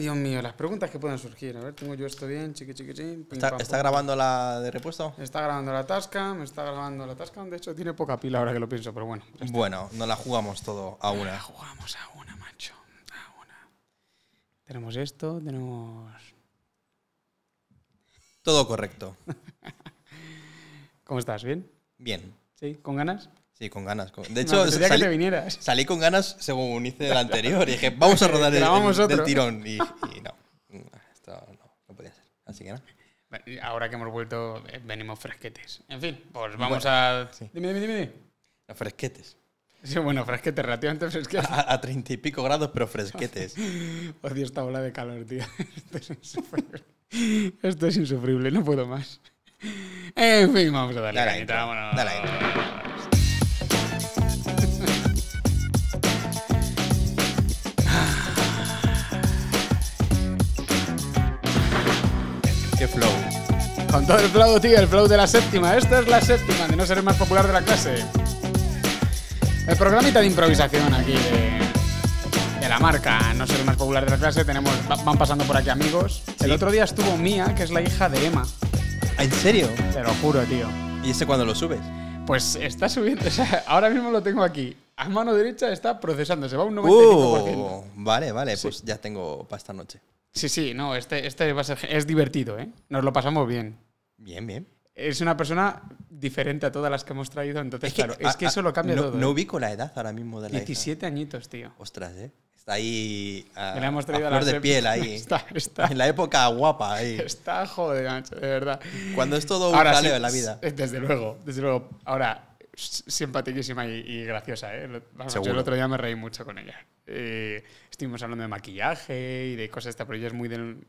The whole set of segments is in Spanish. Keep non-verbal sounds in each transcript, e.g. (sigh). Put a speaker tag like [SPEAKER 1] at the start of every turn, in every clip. [SPEAKER 1] Dios mío, las preguntas que puedan surgir. A ver, tengo yo esto bien, chiqui, chiqui, chin, pim,
[SPEAKER 2] ¿Está,
[SPEAKER 1] pam,
[SPEAKER 2] está
[SPEAKER 1] pum.
[SPEAKER 2] grabando la de repuesto?
[SPEAKER 1] Está grabando la tasca, me está grabando la tasca. De hecho, tiene poca pila ahora que lo pienso, pero bueno.
[SPEAKER 2] Bueno, no la jugamos todo a una.
[SPEAKER 1] Jugamos a una, macho. A una. Tenemos esto, tenemos.
[SPEAKER 2] Todo correcto.
[SPEAKER 1] ¿Cómo estás? ¿Bien?
[SPEAKER 2] Bien.
[SPEAKER 1] ¿Sí? ¿Con ganas?
[SPEAKER 2] Sí, con ganas. con- De
[SPEAKER 1] Me
[SPEAKER 2] hecho,
[SPEAKER 1] apetecía que te
[SPEAKER 2] salí,
[SPEAKER 1] vinieras.
[SPEAKER 2] salí con ganas según hice
[SPEAKER 1] (laughs)
[SPEAKER 2] el anterior. Y dije, vamos a rodar el,
[SPEAKER 1] Grabamos
[SPEAKER 2] el- del
[SPEAKER 1] otro.
[SPEAKER 2] tirón.
[SPEAKER 1] (laughs)
[SPEAKER 2] Y, y no, esto no, no podía ser. Así que nada.
[SPEAKER 1] Bueno, Ahora que hemos vuelto, eh, venimos fresquetes. En fin, pues vamos a.
[SPEAKER 2] sí.
[SPEAKER 1] Dime, dime, dime. dime.
[SPEAKER 2] No, fresquetes.
[SPEAKER 1] Sí, bueno, fresquetes, relativamente fresquetes.
[SPEAKER 2] A, a 30 y pico grados, pero fresquetes.
[SPEAKER 1] Odio esta ola de calor, tío. (laughs) Esto es insufrible. Esto es insufrible, no puedo más. En fin, vamos a darle
[SPEAKER 2] Dale
[SPEAKER 1] cañita,
[SPEAKER 2] intro,
[SPEAKER 1] vámonos.
[SPEAKER 2] dale
[SPEAKER 1] Ah.
[SPEAKER 2] Qué flow.
[SPEAKER 1] Con todo el flow, tío, el flow de la séptima. Esta es la séptima, de no ser el más popular de la clase. El programita de improvisación aquí de, de la marca, no ser el más popular de la clase. Tenemos, va- van pasando por aquí amigos. El otro día estuvo Mía, que es la hija de Emma.
[SPEAKER 2] ¿En serio?
[SPEAKER 1] Te lo juro, tío.
[SPEAKER 2] ¿Y ese cuando lo subes?
[SPEAKER 1] Pues está subiendo, (laughs) o sea, ahora mismo lo tengo aquí. A mano derecha está procesándose, va un 95%.
[SPEAKER 2] Uh, vale, vale, pues ya tengo para esta noche.
[SPEAKER 1] Sí, sí, no, este, este va a ser, es divertido, ¿eh? Nos lo pasamos bien.
[SPEAKER 2] Bien, bien.
[SPEAKER 1] Es una persona diferente a todas las que hemos traído, entonces, Pues claro, es
[SPEAKER 2] a-
[SPEAKER 1] que
[SPEAKER 2] a-
[SPEAKER 1] eso lo cambia
[SPEAKER 2] ah, no,
[SPEAKER 1] todo.
[SPEAKER 2] No
[SPEAKER 1] ¿eh?
[SPEAKER 2] ubico la edad ahora mismo de la hija.
[SPEAKER 1] 17 añitos, tío.
[SPEAKER 2] Ostras, ¿eh? Está ahí a,
[SPEAKER 1] Que la hemos
[SPEAKER 2] a
[SPEAKER 1] traído a
[SPEAKER 2] flor
[SPEAKER 1] la
[SPEAKER 2] de
[SPEAKER 1] sep-
[SPEAKER 2] piel
[SPEAKER 1] (laughs)
[SPEAKER 2] ahí.
[SPEAKER 1] Está, está,
[SPEAKER 2] (laughs) En la época
[SPEAKER 1] (laughs)
[SPEAKER 2] guapa ahí.
[SPEAKER 1] está joder, macho, de verdad.
[SPEAKER 2] Cuando es todo un
[SPEAKER 1] Ahora sí,
[SPEAKER 2] jaleo en la vida.
[SPEAKER 1] s- Desde luego, desde luego. Ahora, s- simpaticísima y, y graciosa, ¿eh? Lo- vamos, yo el
[SPEAKER 2] Seguro.
[SPEAKER 1] otro día me reí mucho con ella. Eh, estuvimos hablando de maquillaje y de cosas de esta, pero ella es muy del-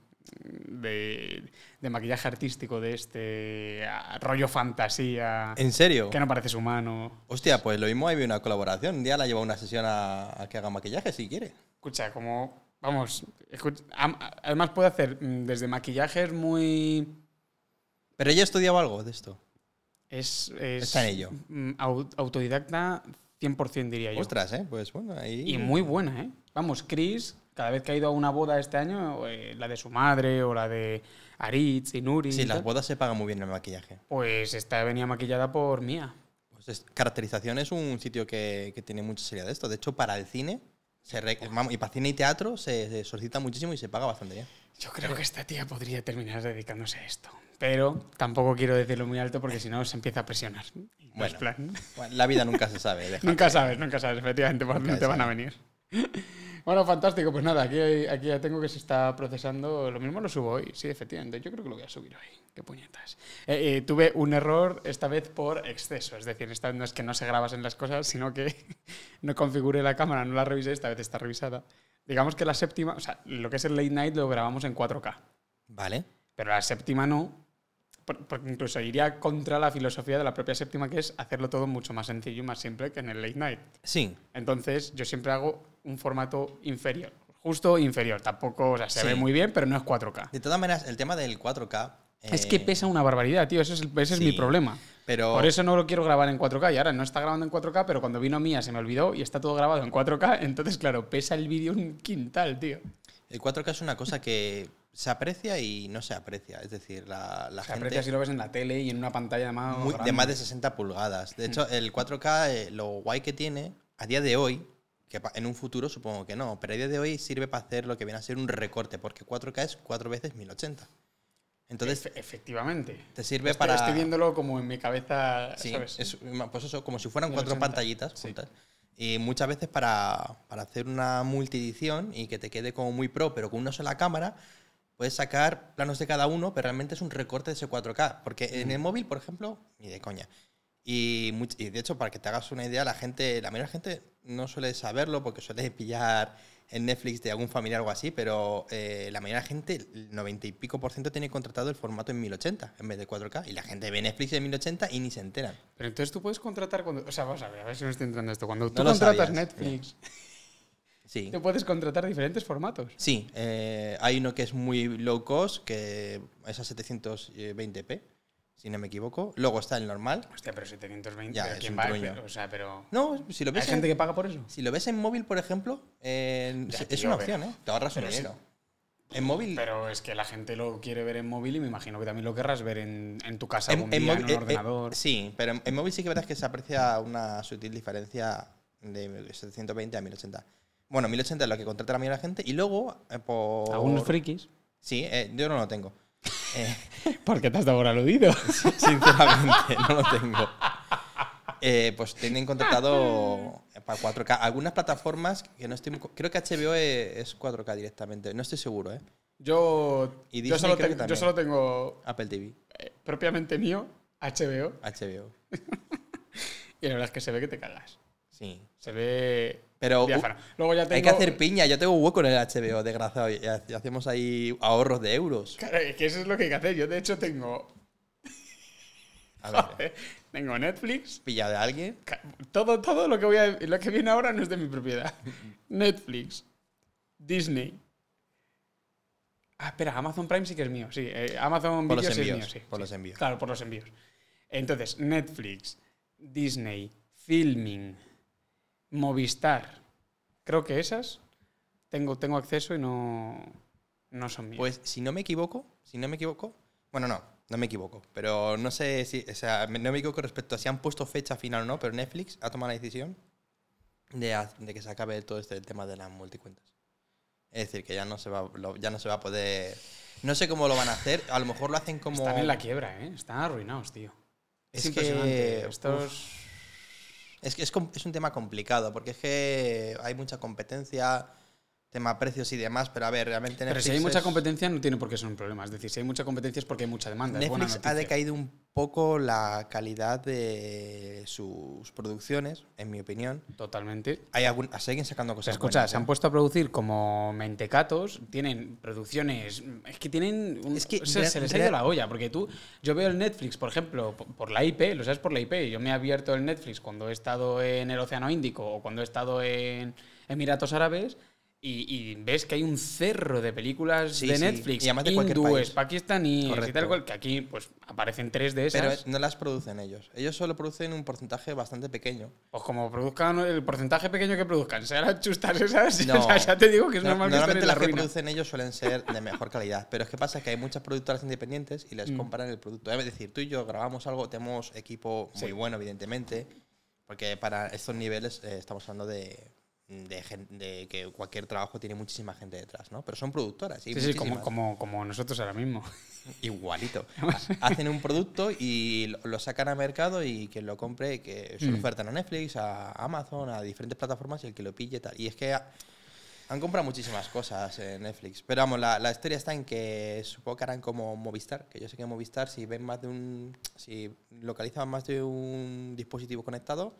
[SPEAKER 1] de, de maquillaje artístico, de este ah, rollo fantasía,
[SPEAKER 2] ¿En serio?
[SPEAKER 1] que no pareces humano.
[SPEAKER 2] Hostia, pues lo mismo había una colaboración. Un día la llevo a una sesión a, a que haga maquillaje si quiere.
[SPEAKER 1] Escucha, como. Vamos, escucha, am- además puede hacer mm, desde maquillajes muy.
[SPEAKER 2] Pero ella estudiaba algo de esto.
[SPEAKER 1] Es, es
[SPEAKER 2] Está en ello.
[SPEAKER 1] mm, au- autodidacta 100% diría yo.
[SPEAKER 2] Ostras, ¿eh? Pues bueno, ahí.
[SPEAKER 1] Y muy buena, ¿eh? Vamos, Chris, cada vez que ha ido a una boda este año, eh, la de su madre o la de Aritz y Nuri,
[SPEAKER 2] Sí,
[SPEAKER 1] y
[SPEAKER 2] las
[SPEAKER 1] tal,
[SPEAKER 2] bodas se pagan muy bien el maquillaje.
[SPEAKER 1] pues esta venía maquillada por Mía.
[SPEAKER 2] Pues es- caracterización es un sitio que, que tiene mucha seriedad de esto. De hecho, para el cine se re- vamos, y para cine y teatro se, se solicita muchísimo y se paga bastante bien.
[SPEAKER 1] Yo creo que esta tía podría terminar dedicándose a esto. Pero tampoco quiero decirlo muy alto porque si no se empieza a presionar. No es
[SPEAKER 2] Bueno.
[SPEAKER 1] plan.
[SPEAKER 2] Bueno, la vida nunca se sabe. deja-
[SPEAKER 1] (laughs) Nunca sabes, nunca sabes, efectivamente, por dónde
[SPEAKER 2] Nunca
[SPEAKER 1] te van a
[SPEAKER 2] sabes.
[SPEAKER 1] venir. (laughs) Bueno, fantástico, pues nada, aquí, hay- aquí ya tengo que se está procesando, lo mismo lo subo hoy, sí, efectivamente, yo creo que lo voy a subir hoy, qué puñetas. Eh, eh, tuve un error esta vez por exceso, es decir, esta vez no es que no se grabas en las cosas, sino que (laughs) no configuré la cámara, no la revisé, esta vez está revisada. Digamos que la séptima, o sea, lo que es el late night lo grabamos en 4K,
[SPEAKER 2] Vale.
[SPEAKER 1] pero la séptima no, por- porque incluso iría contra la filosofía de la propia séptima, que es hacerlo todo mucho más sencillo y más simple que en el late night.
[SPEAKER 2] Sí.
[SPEAKER 1] Entonces, yo siempre hago un formato inferior. Justo inferior. Tampoco, o sea, se
[SPEAKER 2] Sí. Eh.
[SPEAKER 1] ve muy bien, pero no es 4K.
[SPEAKER 2] De todas maneras, el tema del 4K.
[SPEAKER 1] es que
[SPEAKER 2] eh,
[SPEAKER 1] pesa una barbaridad, tío. Ese es, el- ese es
[SPEAKER 2] sí. Oh.
[SPEAKER 1] mi problema.
[SPEAKER 2] Pero
[SPEAKER 1] Por eso no lo quiero grabar en 4K. Y ahora no está grabando en 4K, pero cuando vino mía se me olvidó y está todo grabado en 4K. (laughs) Entonces, claro, pesa el vídeo un quintal, tío.
[SPEAKER 2] el 4K es una cosa que se aprecia y no se aprecia. Es decir, la, la
[SPEAKER 1] Se
[SPEAKER 2] gente.
[SPEAKER 1] aprecia si lo ves en la tele y en una pantalla más.
[SPEAKER 2] muy- de
[SPEAKER 1] grande.
[SPEAKER 2] más de 60 pulgadas. De hecho, el 4K, eh, lo guay que tiene a día de hoy, que pa- en un futuro supongo que no, pero a día de hoy sirve para hacer lo que viene a ser un recorte, porque 4K es 4 veces 1080. Entonces,
[SPEAKER 1] Efe- efectivamente.
[SPEAKER 2] te sirve
[SPEAKER 1] Estoy-
[SPEAKER 2] para.
[SPEAKER 1] Estoy viéndolo como en mi cabeza,
[SPEAKER 2] Sí,
[SPEAKER 1] ¿sabes?
[SPEAKER 2] es una- pues eso, como si fueran cuatro
[SPEAKER 1] 1080,
[SPEAKER 2] pantallitas juntas. Y muchas veces para, para hacer una multiedición y que te quede como muy pro, pero con una sola cámara, puedes sacar planos de cada uno, pero realmente es un recorte de ese 4K. Porque en el móvil, por ejemplo, ni de coña. Y, much- y de hecho, para que te hagas una idea, la gente, la mayoría de la gente no suele saberlo porque suele pillar en Netflix de algún familiar o algo así, pero eh, la mayoría de la gente, el 90 y pico por ciento, tiene contratado el formato en 1080 en vez de 4K. Y la gente ve Netflix en 1080 y ni se enteran.
[SPEAKER 1] Pero entonces tú puedes contratar cuando. O sea, vamos a ver, a ver si me estoy entrando esto. Cuando tú
[SPEAKER 2] lo
[SPEAKER 1] contratas
[SPEAKER 2] sabías.
[SPEAKER 1] Netflix,
[SPEAKER 2] Sí.
[SPEAKER 1] te puedes contratar diferentes formatos.
[SPEAKER 2] Sí, eh, hay uno que es muy low cost, que es a 720p, si no me equivoco. Luego está el normal.
[SPEAKER 1] Hostia, pero 720.
[SPEAKER 2] Ya,
[SPEAKER 1] ¿pero
[SPEAKER 2] es
[SPEAKER 1] ¿quién
[SPEAKER 2] un
[SPEAKER 1] va?
[SPEAKER 2] truño.
[SPEAKER 1] Pero, O sea, pero.
[SPEAKER 2] No, si lo
[SPEAKER 1] ¿Hay
[SPEAKER 2] ves, en,
[SPEAKER 1] gente que paga por eso?
[SPEAKER 2] si lo ves en móvil, por ejemplo, eh,
[SPEAKER 1] Ya,
[SPEAKER 2] es
[SPEAKER 1] tío,
[SPEAKER 2] una
[SPEAKER 1] pero-
[SPEAKER 2] opción, ¿eh? Te ahorras un
[SPEAKER 1] pero sí.
[SPEAKER 2] dinero. En móvil.
[SPEAKER 1] Pero es que la gente lo quiere ver en móvil y me imagino que también lo querrás ver en, en tu casa
[SPEAKER 2] en-
[SPEAKER 1] algún
[SPEAKER 2] en
[SPEAKER 1] día,
[SPEAKER 2] móvil-
[SPEAKER 1] en un
[SPEAKER 2] eh, eh,
[SPEAKER 1] ordenador.
[SPEAKER 2] sí, pero en, en móvil sí que verás que se aprecia una sutil diferencia de 720 a 1080. Bueno, 1080 es lo que contrata la mayoría de la gente y luego eh, por...
[SPEAKER 1] Algunos frikis. (laughs)
[SPEAKER 2] Sí, eh, yo no lo tengo. Eh,
[SPEAKER 1] ¿Por qué te has dado por aludido?
[SPEAKER 2] sinceramente, (laughs) no lo tengo. Eh, pues tienen contratado eh, para 4K. Algunas plataformas que no estoy... muy co- Creo que HBO es e, es 4K directamente, no estoy seguro, ¿eh?
[SPEAKER 1] (laughs) Yo,
[SPEAKER 2] Y
[SPEAKER 1] yo,
[SPEAKER 2] Disney
[SPEAKER 1] solo
[SPEAKER 2] creo que
[SPEAKER 1] tengo, yo
[SPEAKER 2] también.
[SPEAKER 1] solo tengo
[SPEAKER 2] Apple TV,
[SPEAKER 1] eh, propiamente mío HBO
[SPEAKER 2] HBO,
[SPEAKER 1] y la verdad es que se ve que te cagas.
[SPEAKER 2] sí.
[SPEAKER 1] Se ve
[SPEAKER 2] Pero
[SPEAKER 1] diáfano. Luego ya tengo...
[SPEAKER 2] Oh, uh, Hay que hacer piña, yo tengo hueco en el HBO, desgraciado. Y ha- y hacemos ahí ahorros de euros.
[SPEAKER 1] (laughs) Claro, es que eso es lo que hay que hacer. Yo de hecho tengo...
[SPEAKER 2] A
[SPEAKER 1] (laughs)
[SPEAKER 2] ver,
[SPEAKER 1] tengo Netflix,
[SPEAKER 2] pilla de alguien.
[SPEAKER 1] Ca- Todo, todo lo que, voy a, lo que viene ahora no es de mi
[SPEAKER 2] (laughs)
[SPEAKER 1] propiedad. Netflix, Disney. Ah, espera, Amazon Prime sí que es mío, sí. eh, Amazon
[SPEAKER 2] Por
[SPEAKER 1] Video
[SPEAKER 2] los
[SPEAKER 1] sí es
[SPEAKER 2] envíos,
[SPEAKER 1] mío, sí,
[SPEAKER 2] por
[SPEAKER 1] sí.
[SPEAKER 2] los envíos.
[SPEAKER 1] Claro, por los envíos. Entonces, Netflix, Disney, Filming, Movistar. Creo que esas tengo, tengo acceso y no, no son mías.
[SPEAKER 2] Pues si no me equivoco, si no me equivoco, bueno, no, no me equivoco, pero no sé si, o sea, me- no me equivoco respecto a si han puesto fecha final o no, pero Netflix ha tomado la decisión de, ha- de que se acabe todo este tema de las multicuentas. Es decir, que ya no se va, lo- ya no se va a poder. No sé cómo lo van a hacer, a lo mejor lo hacen como.
[SPEAKER 1] Están en la quiebra, ¿eh? Están arruinados, tío. Es,
[SPEAKER 2] Es que,
[SPEAKER 1] impresionante. ¿eh?
[SPEAKER 2] uf.
[SPEAKER 1] Estos...
[SPEAKER 2] Es que es, com- es un tema complicado, porque es que hay mucha competencia, tema precios y demás, pero a ver, realmente
[SPEAKER 1] Pero
[SPEAKER 2] Netflix,
[SPEAKER 1] si hay mucha
[SPEAKER 2] es-
[SPEAKER 1] competencia no tiene por qué ser un problema. Es decir, si hay mucha competencia es porque hay mucha demanda. es buena
[SPEAKER 2] Netflix
[SPEAKER 1] noticia.
[SPEAKER 2] ha decaído un poco la calidad de sus producciones, en mi opinión.
[SPEAKER 1] Totalmente.
[SPEAKER 2] Hay algún, ah, siguen sacando
[SPEAKER 1] O sea,
[SPEAKER 2] cosas
[SPEAKER 1] escucha,
[SPEAKER 2] buenas,
[SPEAKER 1] se han
[SPEAKER 2] ¿eh?
[SPEAKER 1] puesto a producir como mentecatos, tienen producciones. Es que tienen. un-
[SPEAKER 2] Es que
[SPEAKER 1] o sea,
[SPEAKER 2] rea-
[SPEAKER 1] se les ha
[SPEAKER 2] rea-
[SPEAKER 1] ido la olla, porque tú. Yo veo el Netflix, por ejemplo, po- por la IP, lo sabes por la IP. Yo me he abierto el Netflix cuando he estado en el Océano Índico o cuando he estado en Emiratos Árabes. Y, y ves que hay un cerro de películas
[SPEAKER 2] Sí,
[SPEAKER 1] de
[SPEAKER 2] sí.
[SPEAKER 1] Netflix,
[SPEAKER 2] Y además de cualquier
[SPEAKER 1] hindúes,
[SPEAKER 2] país.
[SPEAKER 1] pakistaníes y tal
[SPEAKER 2] Correcto.
[SPEAKER 1] cual, que aquí pues aparecen tres de esas.
[SPEAKER 2] Pero no las producen ellos. Ellos solo producen un porcentaje bastante pequeño.
[SPEAKER 1] Pues como produzcan el porcentaje pequeño que produzcan, sean las chustas esas, (laughs)
[SPEAKER 2] No.
[SPEAKER 1] o sea, ya te digo que es
[SPEAKER 2] No-
[SPEAKER 1] normal que estén
[SPEAKER 2] normalmente
[SPEAKER 1] en la
[SPEAKER 2] las que
[SPEAKER 1] ruina.
[SPEAKER 2] producen ellos suelen ser de mejor calidad, pero es que pasa que hay muchas productoras independientes y les
[SPEAKER 1] Mm.
[SPEAKER 2] compran el producto. Es decir, tú y yo grabamos algo, tenemos equipo muy
[SPEAKER 1] Sí.
[SPEAKER 2] bueno, evidentemente, porque para estos niveles eh, estamos hablando de, de, gen- de que cualquier trabajo tiene muchísima gente detrás, ¿no? Pero son productoras. y hay
[SPEAKER 1] Sí, sí, como,
[SPEAKER 2] muchísimas.
[SPEAKER 1] como, como nosotros ahora mismo.
[SPEAKER 2] Igualito. Ha- Hacen un producto y lo- lo sacan al mercado y quien lo compre, que se lo ofertan a Netflix, a Amazon, a diferentes plataformas y el que lo pille tal. Y es que ha- han comprado muchísimas cosas en Netflix. Pero vamos, la, la historia está en que supongo que harán como Movistar, que yo sé que Movistar, si ven más de un. si localizan más de un dispositivo conectado,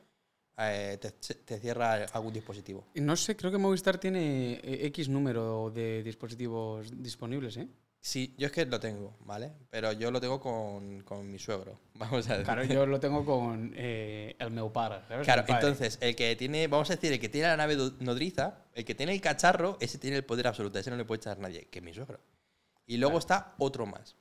[SPEAKER 2] eh, te, te cierra algún dispositivo.
[SPEAKER 1] Y No sé, creo que Movistar tiene eh, X número de dispositivos disponibles, ¿eh?
[SPEAKER 2] Sí, yo es que lo tengo, ¿vale? Pero yo lo tengo con, con mi suegro. (laughs) Vamos a ver.
[SPEAKER 1] Claro, yo lo tengo con eh, el meu par, ¿sabes?
[SPEAKER 2] Claro,
[SPEAKER 1] Mi padre.
[SPEAKER 2] entonces, el que tiene, vamos a decir, el que tiene la nave do- nodriza, el que tiene el cacharro, ese tiene el poder absoluto, ese no le puede echar nadie, que es mi suegro. Y luego está otro más.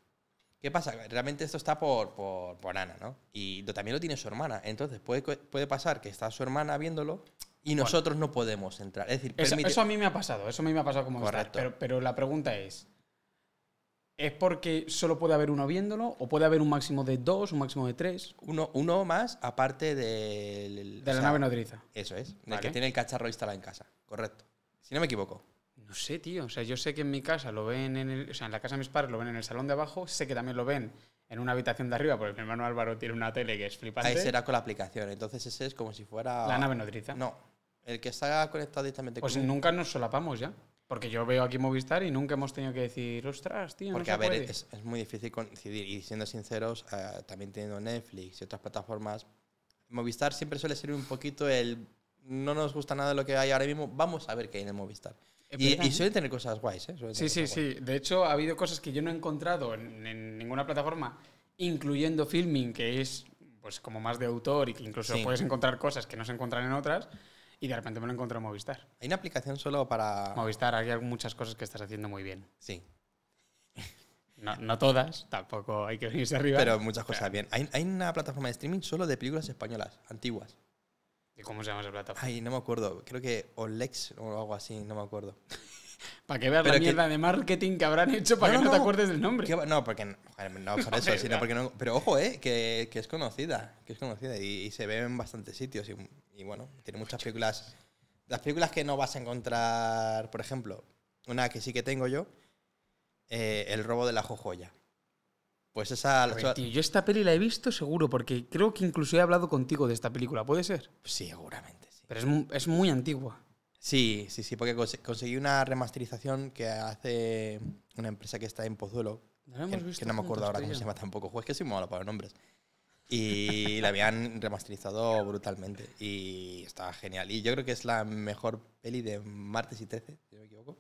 [SPEAKER 2] ¿Qué pasa? Realmente esto está por, por, por Ana, ¿no? Y lo- también lo tiene su hermana. Entonces, puede, co- puede pasar que está su hermana viéndolo y nosotros no podemos entrar. Es decir,
[SPEAKER 1] Eso,
[SPEAKER 2] permite-
[SPEAKER 1] eso a mí me ha pasado, eso a mí me ha pasado como Movistar.
[SPEAKER 2] Correcto.
[SPEAKER 1] Pero, pero la pregunta es, ¿es porque solo puede haber uno viéndolo o puede haber un máximo de dos, un máximo de tres
[SPEAKER 2] uno, uno más aparte del...
[SPEAKER 1] de
[SPEAKER 2] o
[SPEAKER 1] la
[SPEAKER 2] sea,
[SPEAKER 1] nave nodriza?
[SPEAKER 2] Eso es, del
[SPEAKER 1] Vale.
[SPEAKER 2] que tiene el cacharro instalado en casa. Correcto. Si no me equivoco.
[SPEAKER 1] No sé, tío. O sea, yo sé que en mi casa lo ven en el. O sea, en la casa de mis padres lo ven en el salón de abajo. Sé que también lo ven en una habitación de arriba, porque mi hermano Álvaro tiene una tele que es flipante.
[SPEAKER 2] Ahí será con la aplicación. Entonces ese es como si fuera...
[SPEAKER 1] La nave nodriza.
[SPEAKER 2] No, el que está conectado directamente
[SPEAKER 1] Pues
[SPEAKER 2] con... un-
[SPEAKER 1] nunca nos solapamos ya. Porque yo veo aquí Movistar y nunca hemos tenido que decir, ostras, tío,
[SPEAKER 2] Porque,
[SPEAKER 1] no
[SPEAKER 2] a
[SPEAKER 1] se
[SPEAKER 2] ver,
[SPEAKER 1] puede".
[SPEAKER 2] es, es muy difícil coincidir. Y siendo sinceros, eh, también teniendo Netflix y otras plataformas, Movistar siempre suele ser un poquito el... No nos gusta nada lo que hay ahora mismo, vamos a ver qué hay en el Movistar.
[SPEAKER 1] Es
[SPEAKER 2] Y,
[SPEAKER 1] verdad,
[SPEAKER 2] y
[SPEAKER 1] ¿eh?
[SPEAKER 2] suelen tener cosas guays, ¿eh? Suelen
[SPEAKER 1] Sí,
[SPEAKER 2] tener
[SPEAKER 1] sí,
[SPEAKER 2] cosas guays.
[SPEAKER 1] sí. De hecho, ha habido cosas que yo no he encontrado en, en ninguna plataforma, incluyendo filming, que es pues como más de autor y que incluso
[SPEAKER 2] Sí.
[SPEAKER 1] puedes encontrar cosas que no se encuentran en otras. Y de repente me lo encontré en Movistar.
[SPEAKER 2] Hay una aplicación solo para...
[SPEAKER 1] Movistar, hay muchas cosas que estás haciendo muy bien.
[SPEAKER 2] Sí,
[SPEAKER 1] No, no todas, tampoco hay que venirse arriba.
[SPEAKER 2] pero muchas cosas bien. Hay, hay una plataforma de streaming solo de películas españolas, antiguas.
[SPEAKER 1] ¿Y cómo se llama esa plataforma?
[SPEAKER 2] Ay, no me acuerdo. Creo que Olex o algo así, no me acuerdo.
[SPEAKER 1] Para que veas
[SPEAKER 2] Ah, Pero
[SPEAKER 1] la
[SPEAKER 2] que-
[SPEAKER 1] mierda de marketing que habrán hecho para que no, te acuerdes del nombre.
[SPEAKER 2] ¿Qué va- No, porque no, joder, no por eso, sino porque no- Pero ojo, eh, que, que es conocida, que es conocida y, y se ve en bastantes sitios y, y bueno, tiene muchas películas. Las películas que no vas a encontrar, por ejemplo, una que sí que tengo yo, eh, El robo de la jojoya. Pues esa...
[SPEAKER 1] A ver, tío, yo esta peli la he visto seguro, porque creo que incluso he hablado contigo de esta película, ¿puede ser?
[SPEAKER 2] sí, seguramente, sí.
[SPEAKER 1] Pero es, mu- es muy antigua.
[SPEAKER 2] Sí, sí, sí, porque conse- conseguí una remasterización que hace una empresa que está en Pozuelo,
[SPEAKER 1] ¿La hemos
[SPEAKER 2] que,
[SPEAKER 1] visto
[SPEAKER 2] que no me acuerdo
[SPEAKER 1] juntos,
[SPEAKER 2] ahora
[SPEAKER 1] tú y
[SPEAKER 2] cómo
[SPEAKER 1] yo?
[SPEAKER 2] se llama tampoco. Joder, es que soy malo para los nombres. Y (laughs) la habían remasterizado brutalmente. Y estaba genial. Y yo creo que es la mejor peli de martes y 13, si no me equivoco,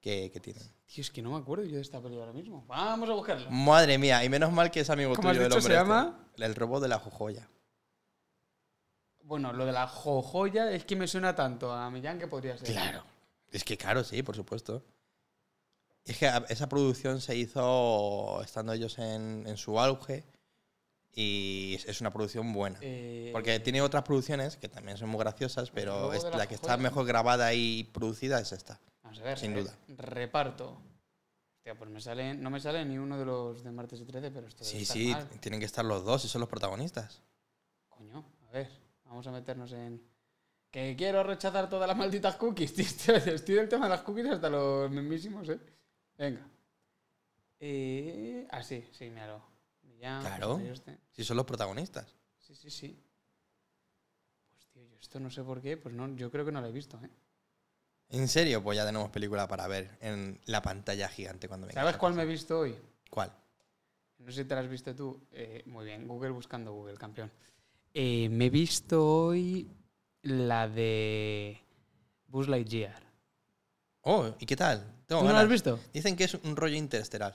[SPEAKER 2] que, que tienen.
[SPEAKER 1] Tío, es que no me acuerdo yo de esta peli ahora mismo. Vamos a buscarla.
[SPEAKER 2] Madre mía, y menos mal que es amigo
[SPEAKER 1] ¿Cómo
[SPEAKER 2] tuyo
[SPEAKER 1] has
[SPEAKER 2] del
[SPEAKER 1] dicho?
[SPEAKER 2] hombre.
[SPEAKER 1] ¿Se
[SPEAKER 2] este.
[SPEAKER 1] llama?
[SPEAKER 2] El robo de la jojoya.
[SPEAKER 1] Bueno, lo de la jojoya es que me suena tanto a Millán que podría ser.
[SPEAKER 2] Es que claro, sí, por supuesto. Es que a- esa producción se hizo estando ellos en, en su auge y es- es una producción buena.
[SPEAKER 1] Eh,
[SPEAKER 2] Porque tiene otras producciones que también son muy graciosas,
[SPEAKER 1] robo
[SPEAKER 2] pero
[SPEAKER 1] de
[SPEAKER 2] es-
[SPEAKER 1] la
[SPEAKER 2] la que está
[SPEAKER 1] jojoya.
[SPEAKER 2] mejor grabada y producida es esta.
[SPEAKER 1] Vamos a ver.
[SPEAKER 2] sin
[SPEAKER 1] re-
[SPEAKER 2] duda.
[SPEAKER 1] Reparto. Hostia, pues me sale, no me sale ni uno de los de martes y 13, pero esto debe
[SPEAKER 2] Sí,
[SPEAKER 1] estar
[SPEAKER 2] sí,
[SPEAKER 1] mal.
[SPEAKER 2] tienen que estar los dos y son los protagonistas.
[SPEAKER 1] Coño, a ver, vamos a meternos en. Que quiero rechazar todas las malditas cookies, (laughs) tío. Estoy- Estoy del tema de las cookies hasta los mismísimos, eh. Venga. Eh, ah, sí, sí, míralo. Millán,
[SPEAKER 2] Claro.
[SPEAKER 1] José Yuste.
[SPEAKER 2] Sí, son los protagonistas.
[SPEAKER 1] Sí, sí, sí. Pues tío, yo esto no sé por qué, pues no, yo creo que no lo he visto, ¿eh?
[SPEAKER 2] En serio, pues ya tenemos película para ver en la pantalla gigante cuando venga.
[SPEAKER 1] ¿Sabes cuál me he visto hoy?
[SPEAKER 2] ¿Cuál?
[SPEAKER 1] No sé si te la has visto tú. Eh, muy bien, Google buscando Google, campeón. Eh, me he visto hoy la de Buzz Lightyear.
[SPEAKER 2] Oh, ¿y qué tal? Tengo
[SPEAKER 1] ¿Tú no la
[SPEAKER 2] ganas.
[SPEAKER 1] has visto?
[SPEAKER 2] Dicen que es un rollo interestelar.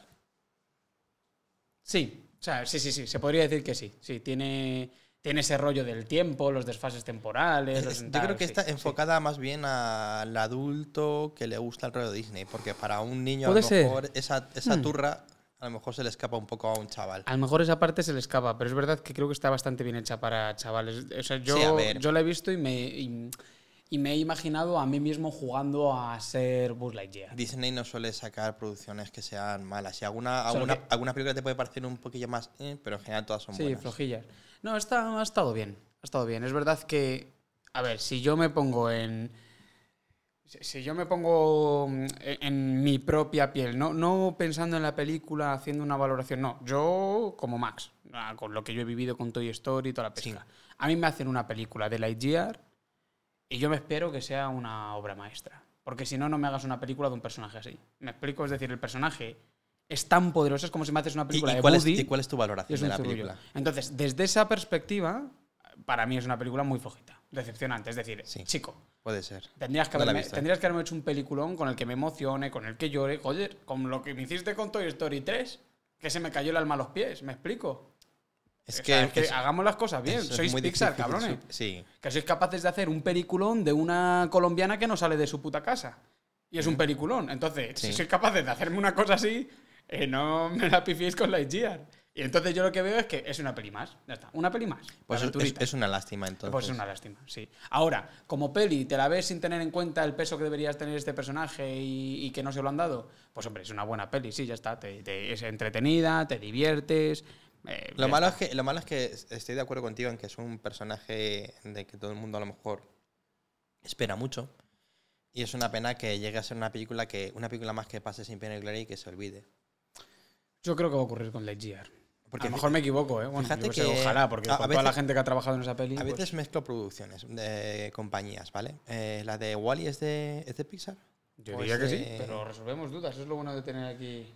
[SPEAKER 1] Sí, o sea, sí, sí, sí, se podría decir que sí. Sí, tiene, tiene ese rollo del tiempo, los desfases temporales. los
[SPEAKER 2] Es- yo
[SPEAKER 1] tal,
[SPEAKER 2] creo que
[SPEAKER 1] sí,
[SPEAKER 2] está
[SPEAKER 1] sí.
[SPEAKER 2] enfocada más bien al adulto que le gusta el rollo Disney, porque para un niño a
[SPEAKER 1] Puede
[SPEAKER 2] lo
[SPEAKER 1] ser.
[SPEAKER 2] mejor esa, esa
[SPEAKER 1] Hmm.
[SPEAKER 2] turra a lo mejor se le escapa un poco a un chaval.
[SPEAKER 1] A lo mejor esa parte se le escapa, pero es verdad que creo que está bastante bien hecha para chavales. O sea, yo,
[SPEAKER 2] Sí, a ver.
[SPEAKER 1] yo la he visto y me, y, y me he imaginado a mí mismo jugando a ser Buzz Lightyear.
[SPEAKER 2] Disney no suele sacar producciones que sean malas. Si alguna,
[SPEAKER 1] Solo
[SPEAKER 2] alguna,
[SPEAKER 1] que-
[SPEAKER 2] alguna película te puede parecer un poquillo más, eh, pero en general todas son
[SPEAKER 1] Sí,
[SPEAKER 2] buenas.
[SPEAKER 1] flojillas. No, está, ha estado bien. Ha estado bien. Es verdad que. A ver, si yo me pongo en. Si si yo me pongo mm, en, en mi propia piel, no, no pensando en la película, haciendo una valoración, no. Yo, como Max, ah, con lo que yo he vivido con Toy Story y toda la pesca. A mí me hacen una película de Lightyear y yo me espero que sea una obra maestra. Porque si no, no me hagas una película de un personaje así. ¿Me explico? Es decir, el personaje es tan poderoso, es como si me haces una
[SPEAKER 2] ¿Y,
[SPEAKER 1] película
[SPEAKER 2] y
[SPEAKER 1] de
[SPEAKER 2] cuál es,
[SPEAKER 1] Woody
[SPEAKER 2] y cuál es tu
[SPEAKER 1] y
[SPEAKER 2] valoración
[SPEAKER 1] es
[SPEAKER 2] de
[SPEAKER 1] un
[SPEAKER 2] la
[SPEAKER 1] zurullo.
[SPEAKER 2] película?
[SPEAKER 1] Entonces, desde esa perspectiva, para mí es una película muy flojita, decepcionante. Es decir,
[SPEAKER 2] Sí.
[SPEAKER 1] chico,
[SPEAKER 2] Puede ser.
[SPEAKER 1] tendrías que,
[SPEAKER 2] No la he
[SPEAKER 1] haberme,
[SPEAKER 2] visto.
[SPEAKER 1] tendrías que haberme hecho un peliculón con el que me emocione, con el que llore. Joder, con lo que me hiciste con Toy Story 3, que se me cayó el alma a los pies, ¿me explico?
[SPEAKER 2] Es
[SPEAKER 1] O sea, es que
[SPEAKER 2] es-
[SPEAKER 1] hagamos las cosas bien.
[SPEAKER 2] eso es
[SPEAKER 1] Sois
[SPEAKER 2] muy
[SPEAKER 1] Pixar,
[SPEAKER 2] difícil
[SPEAKER 1] cabrones.
[SPEAKER 2] su- Sí,
[SPEAKER 1] Que sois capaces de hacer un peliculón de una colombiana que no sale de su puta casa. Y es un peliculón. Entonces, si
[SPEAKER 2] Mm. Sí.
[SPEAKER 1] sois capaces de hacerme una cosa así, eh, no me la pifiéis con Lightyear. Y entonces yo lo que veo es que es una peli más. Ya está, una peli más.
[SPEAKER 2] pues
[SPEAKER 1] La
[SPEAKER 2] es,
[SPEAKER 1] aventurita.
[SPEAKER 2] es una lástima entonces.
[SPEAKER 1] Pues es una lástima, sí. Ahora, como peli, ¿te la ves sin tener en cuenta el peso que deberías tener este personaje y, y que no se lo han dado? Pues hombre, es una buena peli, sí, ya está. Te- te- es entretenida, te diviertes. eh,
[SPEAKER 2] Lo
[SPEAKER 1] ya
[SPEAKER 2] malo, es que, lo malo es que es- estoy de acuerdo contigo en que es un personaje de que todo el mundo a lo mejor espera mucho. Y es una pena que llegue a ser una película que una película más que pase sin pena y gloria y que se olvide.
[SPEAKER 1] Yo creo que va a ocurrir con Lightyear.
[SPEAKER 2] Porque
[SPEAKER 1] a lo mejor me equivoco, ¿eh? Bueno,
[SPEAKER 2] fíjate
[SPEAKER 1] yo qué sé,
[SPEAKER 2] que
[SPEAKER 1] ojalá, porque
[SPEAKER 2] a- a
[SPEAKER 1] con toda la
[SPEAKER 2] veces-
[SPEAKER 1] gente que ha trabajado en esa peli.
[SPEAKER 2] A
[SPEAKER 1] pues,
[SPEAKER 2] veces mezclo producciones de compañías, ¿vale? Eh, la de Wally es de, es de Pixar.
[SPEAKER 1] yo
[SPEAKER 2] pues,
[SPEAKER 1] diría que sí,
[SPEAKER 2] eh,
[SPEAKER 1] pero resolvemos dudas, eso es lo bueno de tener aquí.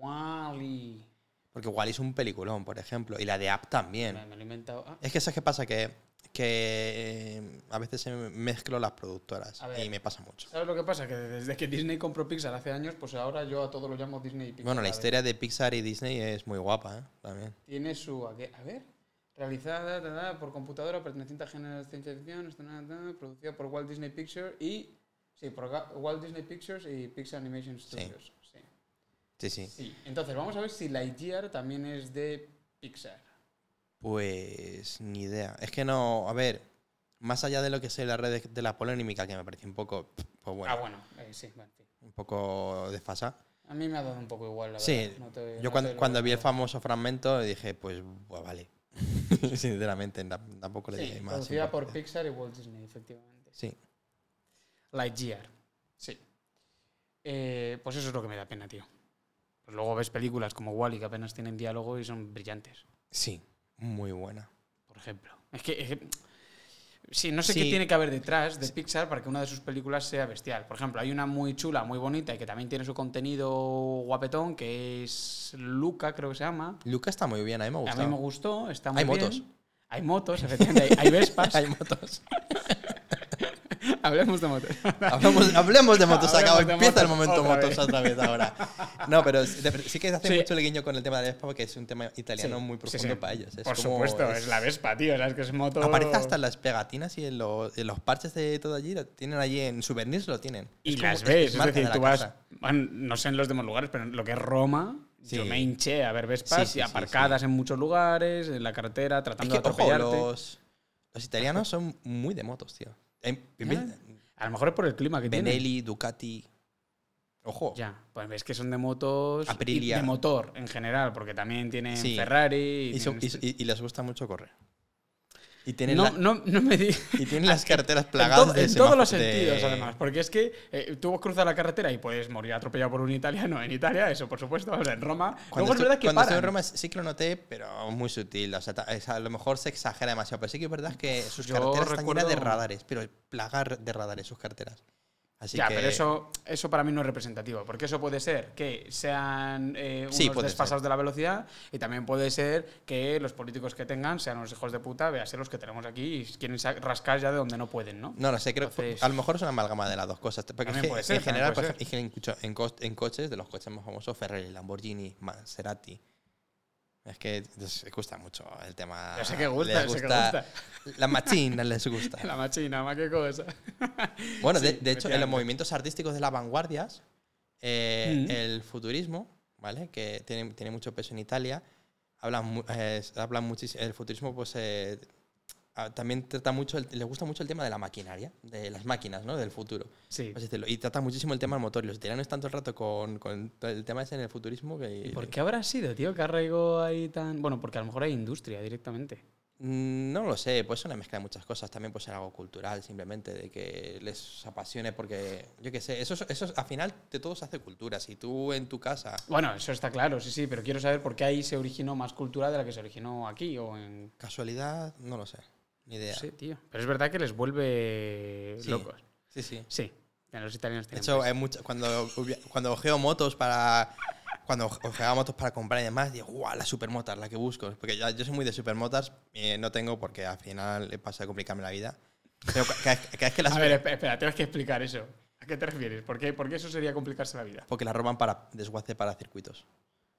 [SPEAKER 1] Wally.
[SPEAKER 2] Porque Wally es un peliculón, por ejemplo. Y la de App también.
[SPEAKER 1] Me, me lo he inventado. Ah,
[SPEAKER 2] Es que ¿sabes qué pasa? Que, que eh, a veces se mezclo las productoras.
[SPEAKER 1] A ver.
[SPEAKER 2] Y me pasa mucho.
[SPEAKER 1] ¿Sabes lo que pasa? Que desde que Disney compró Pixar hace años, pues ahora yo a todo lo llamo Disney y Pixar.
[SPEAKER 2] Bueno,
[SPEAKER 1] a
[SPEAKER 2] la
[SPEAKER 1] ver.
[SPEAKER 2] historia de Pixar y Disney es muy guapa, ¿eh? También.
[SPEAKER 1] Tiene su. A qué- a ver. Realizada da, da, por computadora, perteneciente a género de ciencia ficción, esto, na, na, producida por Walt Disney Pictures y. Sí, por Ga- Walt Disney Pictures y Pixar Animation Studios. Sí.
[SPEAKER 2] Sí, sí.
[SPEAKER 1] Sí, entonces vamos a ver si Lightyear también es de Pixar.
[SPEAKER 2] Pues ni idea. Es que no, a ver, más allá de lo que sea la red de, de la polémica, que me parece un poco, pues bueno,
[SPEAKER 1] Ah, bueno, eh, sí, bueno, sí.
[SPEAKER 2] un poco desfasada.
[SPEAKER 1] A mí me ha dado un poco igual, la
[SPEAKER 2] Sí,
[SPEAKER 1] verdad. No te-
[SPEAKER 2] yo
[SPEAKER 1] no
[SPEAKER 2] cuando,
[SPEAKER 1] te lo
[SPEAKER 2] cuando vi el
[SPEAKER 1] niego.
[SPEAKER 2] famoso fragmento dije, pues, buah, vale. (laughs) Sinceramente, tam- tampoco le dije
[SPEAKER 1] Sí,
[SPEAKER 2] más.
[SPEAKER 1] producida por
[SPEAKER 2] importancia.
[SPEAKER 1] Pixar y Walt Disney, efectivamente.
[SPEAKER 2] Sí.
[SPEAKER 1] Lightyear. Sí. Eh, pues eso es lo que me da pena, tío. Pues luego ves películas como Wally que apenas tienen diálogo y son brillantes,
[SPEAKER 2] Sí, muy buena.
[SPEAKER 1] por ejemplo. Es que. es que- sí, no sé qué
[SPEAKER 2] Sí.
[SPEAKER 1] tiene que haber detrás de Pixar para que una de sus películas sea bestial. Por ejemplo, hay una muy chula, muy bonita y que también tiene su contenido guapetón, que es Luca, creo que se llama.
[SPEAKER 2] Luca está muy bien, a mí me
[SPEAKER 1] A
[SPEAKER 2] gusta.
[SPEAKER 1] mí
[SPEAKER 2] (laughs)
[SPEAKER 1] me gustó, está muy
[SPEAKER 2] Hay
[SPEAKER 1] bien.
[SPEAKER 2] motos.
[SPEAKER 1] Hay motos, efectivamente, hay, hay Vespas.
[SPEAKER 2] (laughs) Hay motos.
[SPEAKER 1] Hablemos de motos.
[SPEAKER 2] Hablamos, hablemos de motos, se acabó.
[SPEAKER 1] (laughs) Hablemos de
[SPEAKER 2] Empieza el
[SPEAKER 1] motos
[SPEAKER 2] momento
[SPEAKER 1] otra
[SPEAKER 2] motos
[SPEAKER 1] vez.
[SPEAKER 2] otra vez ahora. No, pero sí, de- sí que hace
[SPEAKER 1] Sí.
[SPEAKER 2] mucho el guiño con el tema de Vespa porque es un tema italiano
[SPEAKER 1] Sí,
[SPEAKER 2] muy
[SPEAKER 1] sí,
[SPEAKER 2] profundo
[SPEAKER 1] sí.
[SPEAKER 2] para ellos. Es
[SPEAKER 1] Por
[SPEAKER 2] como-
[SPEAKER 1] supuesto,
[SPEAKER 2] es-
[SPEAKER 1] es... la Vespa, tío. ¿sabes? que es moto.
[SPEAKER 2] Aparece hasta en las pegatinas y en los, en los parches de todo allí. Lo tienen allí en souvenirs, lo tienen.
[SPEAKER 1] Y
[SPEAKER 2] Es como-
[SPEAKER 1] las
[SPEAKER 2] es-
[SPEAKER 1] ves,
[SPEAKER 2] es
[SPEAKER 1] es,
[SPEAKER 2] marca
[SPEAKER 1] decir,
[SPEAKER 2] de la
[SPEAKER 1] tú vas.
[SPEAKER 2] casa.
[SPEAKER 1] bueno, no sé en los demás lugares, pero en lo que es Roma,
[SPEAKER 2] Sí.
[SPEAKER 1] yo me hinché a ver Vespas
[SPEAKER 2] Sí, sí,
[SPEAKER 1] y
[SPEAKER 2] sí,
[SPEAKER 1] aparcadas en muchos lugares, en la carretera,
[SPEAKER 2] Es
[SPEAKER 1] tratando
[SPEAKER 2] que,
[SPEAKER 1] de
[SPEAKER 2] ojo,
[SPEAKER 1] atropellarte.
[SPEAKER 2] los, los italianos son muy de motos, tío. Em-
[SPEAKER 1] Ya. A lo mejor es por el clima que tiene.
[SPEAKER 2] Benelli, Ducati. Ojo.
[SPEAKER 1] Ya, pues ves que son de motos. y
[SPEAKER 2] Aprilia.
[SPEAKER 1] De motor en general, porque también tienen
[SPEAKER 2] Sí.
[SPEAKER 1] Ferrari. y
[SPEAKER 2] Y, son-
[SPEAKER 1] tienen
[SPEAKER 2] y-
[SPEAKER 1] este-
[SPEAKER 2] y- y les gusta mucho correr. Y tienen,
[SPEAKER 1] no,
[SPEAKER 2] la-
[SPEAKER 1] no, no me digas.
[SPEAKER 2] y tienen las
[SPEAKER 1] (laughs)
[SPEAKER 2] carteras
[SPEAKER 1] En,
[SPEAKER 2] plagadas
[SPEAKER 1] todo-
[SPEAKER 2] de
[SPEAKER 1] en todos los
[SPEAKER 2] semáforo- de-
[SPEAKER 1] sentidos, además. Porque es que eh, tú cruzas la carretera y puedes morir atropellado por un italiano en Italia, eso por supuesto, o sea, en Roma. Luego
[SPEAKER 2] Cuando
[SPEAKER 1] es
[SPEAKER 2] estu-
[SPEAKER 1] verdad que
[SPEAKER 2] cuando estuve en
[SPEAKER 1] paran.
[SPEAKER 2] Roma sí que lo noté, pero muy sutil. O sea, ta- es- a lo mejor se exagera demasiado, pero sí que es verdad que sus
[SPEAKER 1] Yo
[SPEAKER 2] carteras están llenas de
[SPEAKER 1] recuerdo-
[SPEAKER 2] radares, pero plagar de radares sus carteras. Así
[SPEAKER 1] ya,
[SPEAKER 2] que
[SPEAKER 1] pero eso, eso para mí no es representativo, porque eso puede ser que sean eh, unos
[SPEAKER 2] Sí, puede
[SPEAKER 1] desfasados de la velocidad y también puede ser que los políticos que tengan sean unos hijos de puta, véase los que tenemos aquí y quieren sa- rascar ya de donde no pueden, ¿no?
[SPEAKER 2] No lo sé, creo
[SPEAKER 1] Entonces-
[SPEAKER 2] a lo mejor es una amalgama de las dos cosas. Porque
[SPEAKER 1] También
[SPEAKER 2] es que,
[SPEAKER 1] puede ser,
[SPEAKER 2] en general, por
[SPEAKER 1] también
[SPEAKER 2] ejemplo, es que en, cucho- en cos- en coches, de los coches más famosos, Ferrari, Lamborghini, Maserati. Es que les gusta mucho el tema.
[SPEAKER 1] Yo sé que gusta, (laughs)
[SPEAKER 2] les
[SPEAKER 1] yo sé que
[SPEAKER 2] La machina les gusta.
[SPEAKER 1] (laughs) La machina, ma qué cosa.
[SPEAKER 2] Bueno, de,
[SPEAKER 1] Sí,
[SPEAKER 2] de hecho, en
[SPEAKER 1] efectivamente.
[SPEAKER 2] los movimientos artísticos de las vanguardias, eh,
[SPEAKER 1] Mm.
[SPEAKER 2] el futurismo, ¿vale? Que tiene, tiene mucho peso en Italia, hablan, mu- eh, s- hablan muchísimo. El futurismo, pues. eh, ah, también trata mucho, el- les gusta mucho el tema de la maquinaria, de las máquinas, ¿no? Del futuro.
[SPEAKER 1] Sí.
[SPEAKER 2] Pues decirlo, y trata muchísimo el tema del motor. Y los italianos tanto el rato con, con todo el tema ese en el futurismo que...
[SPEAKER 1] ¿Y por qué habrá sido, tío, que arraigó ahí tan...? Bueno, porque a lo mejor hay industria directamente.
[SPEAKER 2] Mm, No lo sé, pues es una mezcla de muchas cosas. También puede ser algo cultural, simplemente, de que les apasione, porque yo qué sé, eso, es- eso es- al final de todo se hace cultura. Si tú en tu casa.
[SPEAKER 1] Bueno, eso está claro, sí, sí, pero quiero saber por qué ahí se originó más cultura de la que se originó aquí o en...
[SPEAKER 2] Casualidad, no lo sé, ni idea.
[SPEAKER 1] Sí, tío. Pero es verdad que les vuelve
[SPEAKER 2] Sí.
[SPEAKER 1] locos.
[SPEAKER 2] sí. sí.
[SPEAKER 1] Sí, a los italianos
[SPEAKER 2] De
[SPEAKER 1] tienen
[SPEAKER 2] hecho, hay mucha- cuando, hubi- cuando ojeo motos para. Cuando ojeaba motos para comprar y demás, digo, guau, la supermotar, la que busco. Porque ya- yo soy muy de supermotas, eh, no tengo porque al final pasa a complicarme la vida. Pero ca- cada vez- cada vez que las
[SPEAKER 1] A ver, espera, espera, tienes que explicar eso. ¿A qué te refieres? ¿Por qué, por qué eso sería complicarse la vida?
[SPEAKER 2] porque la roban para desguace para circuitos.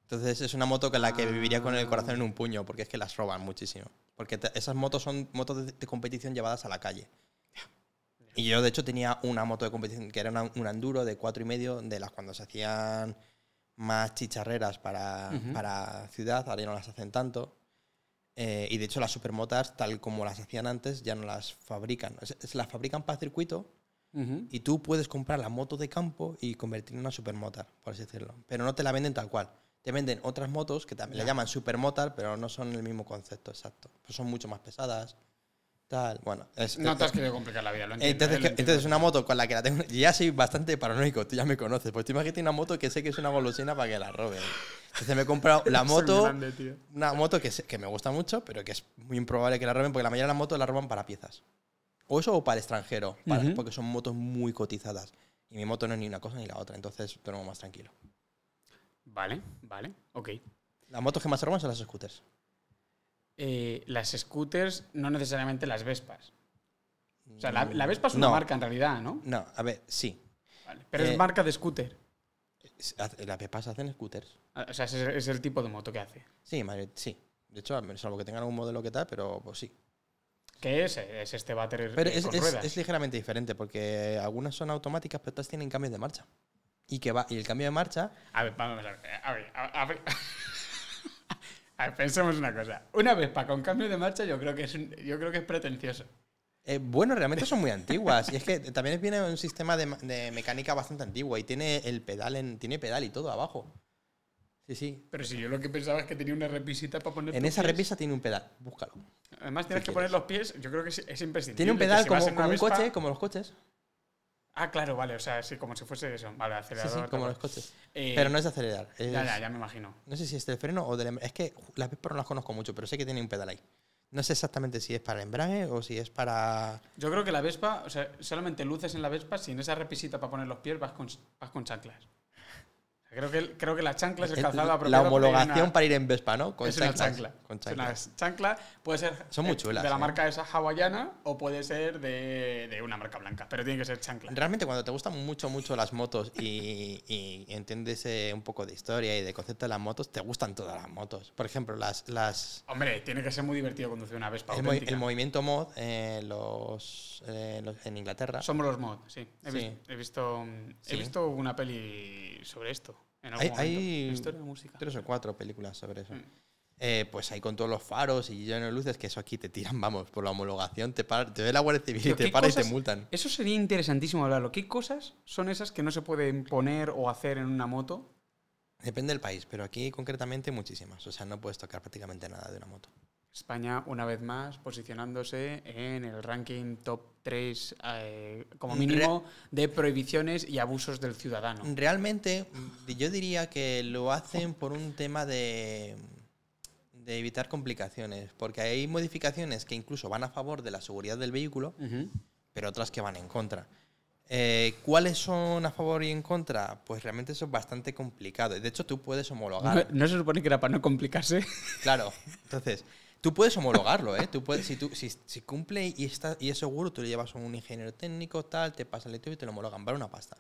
[SPEAKER 2] Entonces es una moto con la que viviría con el corazón en un puño, porque es que las roban muchísimo. Porque te- esas motos son motos de, de competición llevadas a la calle. Y yo de hecho tenía una moto de competición que era una- un enduro de cuatro y medio, de las cuando se hacían más chicharreras para,
[SPEAKER 1] Ujú.
[SPEAKER 2] para ciudad, ahora ya no las hacen tanto. Eh, y de hecho las supermotas, tal como las hacían antes, ya no las fabrican. Se- se las fabrican para circuito, y tú puedes comprar la moto de campo y convertirla en una supermotar, por así decirlo. Pero no te la venden tal cual. Te venden otras motos que también
[SPEAKER 1] Ya.
[SPEAKER 2] la llaman supermotar, pero no son el mismo concepto exacto. Pues son mucho más pesadas, tal. Bueno, es-
[SPEAKER 1] No
[SPEAKER 2] es-
[SPEAKER 1] te has querido complicar la vida, lo entiendo.
[SPEAKER 2] entonces,
[SPEAKER 1] eh,
[SPEAKER 2] que-
[SPEAKER 1] lo entiendo.
[SPEAKER 2] entonces una moto con la que la tengo... yo Ya soy bastante paranoico, tú ya me conoces. Pues tú imagínate una moto que sé que es una golosina para que la roben. Entonces me he comprado
[SPEAKER 1] (laughs)
[SPEAKER 2] la
[SPEAKER 1] Soy
[SPEAKER 2] moto...
[SPEAKER 1] grande, tío.
[SPEAKER 2] Una moto que, sé- que me gusta mucho, pero que es muy improbable que la roben, porque la mayoría de las motos la roban para piezas. O eso o para el extranjero, para-
[SPEAKER 1] Ujú.
[SPEAKER 2] porque son motos muy cotizadas. Y mi moto no es ni una cosa ni la otra, entonces duermo más tranquilo.
[SPEAKER 1] Vale, vale, ok.
[SPEAKER 2] Las motos que más se roban son las scooters.
[SPEAKER 1] Eh, las scooters, no necesariamente las Vespas. O sea, la, la
[SPEAKER 2] Mm,
[SPEAKER 1] Vespa es una
[SPEAKER 2] no,
[SPEAKER 1] marca en realidad, ¿no?
[SPEAKER 2] No, a ver, sí.
[SPEAKER 1] Vale. Pero es
[SPEAKER 2] Eh,
[SPEAKER 1] marca de scooter.
[SPEAKER 2] Es- hace- Las Vespas hacen scooters.
[SPEAKER 1] O sea, ese es el tipo de moto que hace.
[SPEAKER 2] Sí, madre, sí. De hecho, salvo que tengan algún modelo que tal, pero pues sí.
[SPEAKER 1] Que es, es este váter
[SPEAKER 2] Pero
[SPEAKER 1] eh,
[SPEAKER 2] es,
[SPEAKER 1] con
[SPEAKER 2] es-
[SPEAKER 1] ruedas.
[SPEAKER 2] es ligeramente diferente, porque algunas son automáticas, pero otras tienen cambios de marcha. Y, que va, y el cambio de marcha
[SPEAKER 1] A ver, vamos a ver. eh, A ver, a, a ver. (laughs) A ver, pensemos una cosa. Una Vespa con cambio de marcha yo creo que es, un- yo creo que es pretencioso.
[SPEAKER 2] Eh, bueno, realmente son muy antiguas. Y es que también viene un sistema de, ma- de mecánica bastante antiguo. Y tiene el pedal en, tiene pedal y todo abajo. Sí, sí.
[SPEAKER 1] Pero si yo lo que pensaba es que tenía una repisita para poner.
[SPEAKER 2] En
[SPEAKER 1] tus
[SPEAKER 2] esa
[SPEAKER 1] pies.
[SPEAKER 2] repisa tiene un pedal. Búscalo.
[SPEAKER 1] Además, tienes
[SPEAKER 2] si
[SPEAKER 1] que poner
[SPEAKER 2] quieres.
[SPEAKER 1] los pies. Yo creo que es, es imprescindible.
[SPEAKER 2] Tiene un
[SPEAKER 1] que
[SPEAKER 2] pedal
[SPEAKER 1] si vas
[SPEAKER 2] como,
[SPEAKER 1] en una
[SPEAKER 2] como un
[SPEAKER 1] Vespa-
[SPEAKER 2] coche, como los coches.
[SPEAKER 1] Ah, claro, vale. O sea, sí, como si fuese eso. Vale,
[SPEAKER 2] Sí, sí,
[SPEAKER 1] acelerador.
[SPEAKER 2] como
[SPEAKER 1] tal.
[SPEAKER 2] los coches.
[SPEAKER 1] Eh,
[SPEAKER 2] Pero no es de acelerar. es-
[SPEAKER 1] Ya, ya, ya me imagino.
[SPEAKER 2] No sé si es del freno o del embrague. Es que ju, las Vespa no las conozco mucho, pero sé que tiene un pedal ahí. No sé exactamente si es para el embrague o si es para.
[SPEAKER 1] Yo creo que la Vespa, o sea, solamente luces en la Vespa si en esa repisita para poner los pies vas con, vas con chanclas. Creo que, creo que la chancla es el
[SPEAKER 2] Eh,
[SPEAKER 1] calzado
[SPEAKER 2] la
[SPEAKER 1] apropiado porque
[SPEAKER 2] homologación
[SPEAKER 1] hay una-
[SPEAKER 2] para ir en Vespa, ¿no?
[SPEAKER 1] es una
[SPEAKER 2] chanclas,
[SPEAKER 1] chancla.
[SPEAKER 2] Con
[SPEAKER 1] Es una
[SPEAKER 2] chanclas.
[SPEAKER 1] chancla puede ser
[SPEAKER 2] Son muy
[SPEAKER 1] eh,
[SPEAKER 2] chulas,
[SPEAKER 1] de la
[SPEAKER 2] eh.
[SPEAKER 1] marca esa hawaiana o puede ser de, de una marca blanca, pero tiene que ser chancla.
[SPEAKER 2] Realmente cuando te gustan mucho, mucho las motos y, y entiendes eh, un poco de historia y de concepto de las motos, te gustan todas las motos. Por ejemplo, las, las,
[SPEAKER 1] Hombre, tiene que ser muy divertido conducir una Vespa
[SPEAKER 2] el, movi-
[SPEAKER 1] auténtica.
[SPEAKER 2] el movimiento mod eh, los, eh, los- en Inglaterra.
[SPEAKER 1] Somos los mod, sí. He,
[SPEAKER 2] Sí.
[SPEAKER 1] vis- he visto, mm,
[SPEAKER 2] Sí.
[SPEAKER 1] he visto una peli sobre esto. En algún
[SPEAKER 2] Hay-
[SPEAKER 1] momento.
[SPEAKER 2] hay
[SPEAKER 1] Historia de música.
[SPEAKER 2] tres o cuatro películas sobre eso.
[SPEAKER 1] Mm.
[SPEAKER 2] Eh, pues ahí con todos los faros y lleno de luces, que eso aquí te tiran, vamos, por la homologación, te, para, te ve la Guardia Civil
[SPEAKER 1] Pero
[SPEAKER 2] y te
[SPEAKER 1] ¿qué
[SPEAKER 2] para y
[SPEAKER 1] cosas-
[SPEAKER 2] te multan.
[SPEAKER 1] Eso sería interesantísimo hablarlo. ¿Qué cosas son esas que no se pueden poner o hacer en una moto?
[SPEAKER 2] Depende del país, pero aquí concretamente muchísimas. O sea, no puedes tocar prácticamente nada de una moto.
[SPEAKER 1] España, una vez más, posicionándose en el ranking top 3, como
[SPEAKER 2] Re- Mm.
[SPEAKER 1] mínimo, de prohibiciones y abusos del ciudadano.
[SPEAKER 2] Realmente, mm, yo diría que lo hacen por un tema de, de evitar complicaciones, porque hay modificaciones que incluso van a favor de la seguridad del vehículo,
[SPEAKER 1] Ujú.
[SPEAKER 2] pero otras que van en contra. Eh, ¿Cuáles son a favor y en contra? Pues realmente eso es bastante complicado. De hecho, tú puedes
[SPEAKER 1] (laughs)
[SPEAKER 2] homologar.
[SPEAKER 1] No, no se supone que era para no complicarse.
[SPEAKER 2] Claro. Entonces, tú puedes homologarlo, ¿eh? Tú puedes, si, tú, si, si cumple y, está, y es seguro, tú le llevas a un ingeniero técnico, tal, te pasa el estudio y te lo homologan. Vale una pasta.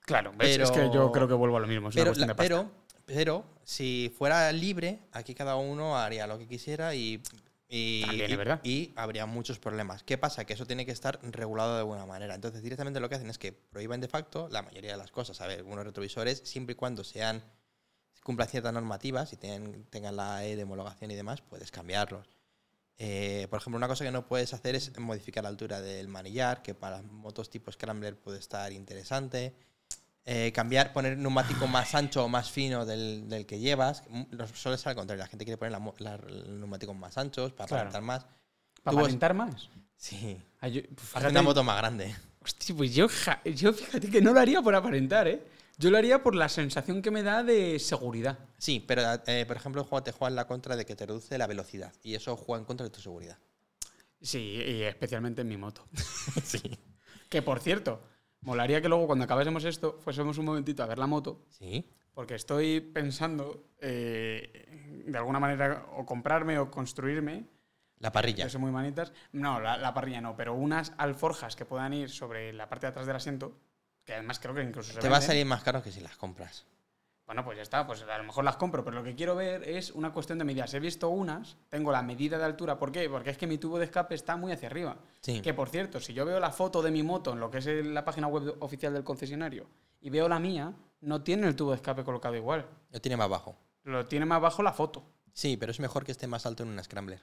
[SPEAKER 1] Claro, ¿ves? es que
[SPEAKER 2] Pero-
[SPEAKER 1] yo creo que vuelvo a lo mismo. es una
[SPEAKER 2] Pero,
[SPEAKER 1] cuestión
[SPEAKER 2] la-
[SPEAKER 1] de pasta.
[SPEAKER 2] pero, pero, si fuera libre, aquí cada uno haría lo que quisiera y, y,
[SPEAKER 1] También es
[SPEAKER 2] y-
[SPEAKER 1] verdad.
[SPEAKER 2] y habría muchos problemas. ¿Qué pasa? Que eso tiene que estar regulado de alguna manera. Entonces, directamente lo que hacen es que prohíben de facto la mayoría de las cosas. A ver, algunos retrovisores, siempre y cuando sean cumplan ciertas normativas y tengan, tengan la E de homologación y demás, puedes cambiarlos. Eh, por ejemplo, una cosa que no puedes hacer es modificar la altura del manillar, que para motos tipo Scrambler puede estar interesante. Eh, cambiar, poner neumático más ancho o más fino del, del que llevas. Mm, Los suele ser al contrario, la gente quiere poner la mo- la- los neumáticos más anchos para
[SPEAKER 1] Claro.
[SPEAKER 2] aparentar más.
[SPEAKER 1] ¿Para
[SPEAKER 2] tú vas-
[SPEAKER 1] aparentar más?
[SPEAKER 2] Sí,
[SPEAKER 1] Ah, yo-
[SPEAKER 2] hace
[SPEAKER 1] fíjate-
[SPEAKER 2] una moto más grande.
[SPEAKER 1] Hostia, pues yo, ja- yo fíjate que no lo haría por aparentar, ¿eh? Yo lo haría por la sensación que me da de seguridad.
[SPEAKER 2] Sí, pero eh, por ejemplo, el juego te juega en la contra de que te reduce la velocidad y eso juega en contra de
[SPEAKER 1] (laughs)
[SPEAKER 2] tu seguridad.
[SPEAKER 1] Sí, y especialmente en mi moto. (laughs)
[SPEAKER 2] sí.
[SPEAKER 1] Que por cierto, molaría que luego cuando acabásemos esto fuésemos un momentito a ver la moto,
[SPEAKER 2] Sí.
[SPEAKER 1] porque estoy pensando eh, de alguna manera o comprarme o construirme,
[SPEAKER 2] La parrilla.
[SPEAKER 1] que son muy manitas, no, la, la parrilla no, pero unas alforjas que puedan ir sobre la parte de atrás del asiento, que además creo que incluso se
[SPEAKER 2] Te va a
[SPEAKER 1] venden.
[SPEAKER 2] salir más caro que si las compras.
[SPEAKER 1] Bueno, pues ya está, pues a lo mejor las compro, pero lo que quiero ver es una cuestión de medidas. He visto unas, tengo la medida de altura, ¿por qué? Porque es que mi tubo de escape está muy hacia arriba.
[SPEAKER 2] Sí.
[SPEAKER 1] Que por cierto, si yo veo la foto de mi moto en lo que es el- la página web oficial del concesionario y veo la mía, no tiene el tubo de escape colocado igual.
[SPEAKER 2] Lo tiene más bajo.
[SPEAKER 1] Lo tiene más bajo la foto.
[SPEAKER 2] Sí, pero es mejor que esté más alto en una Scrambler.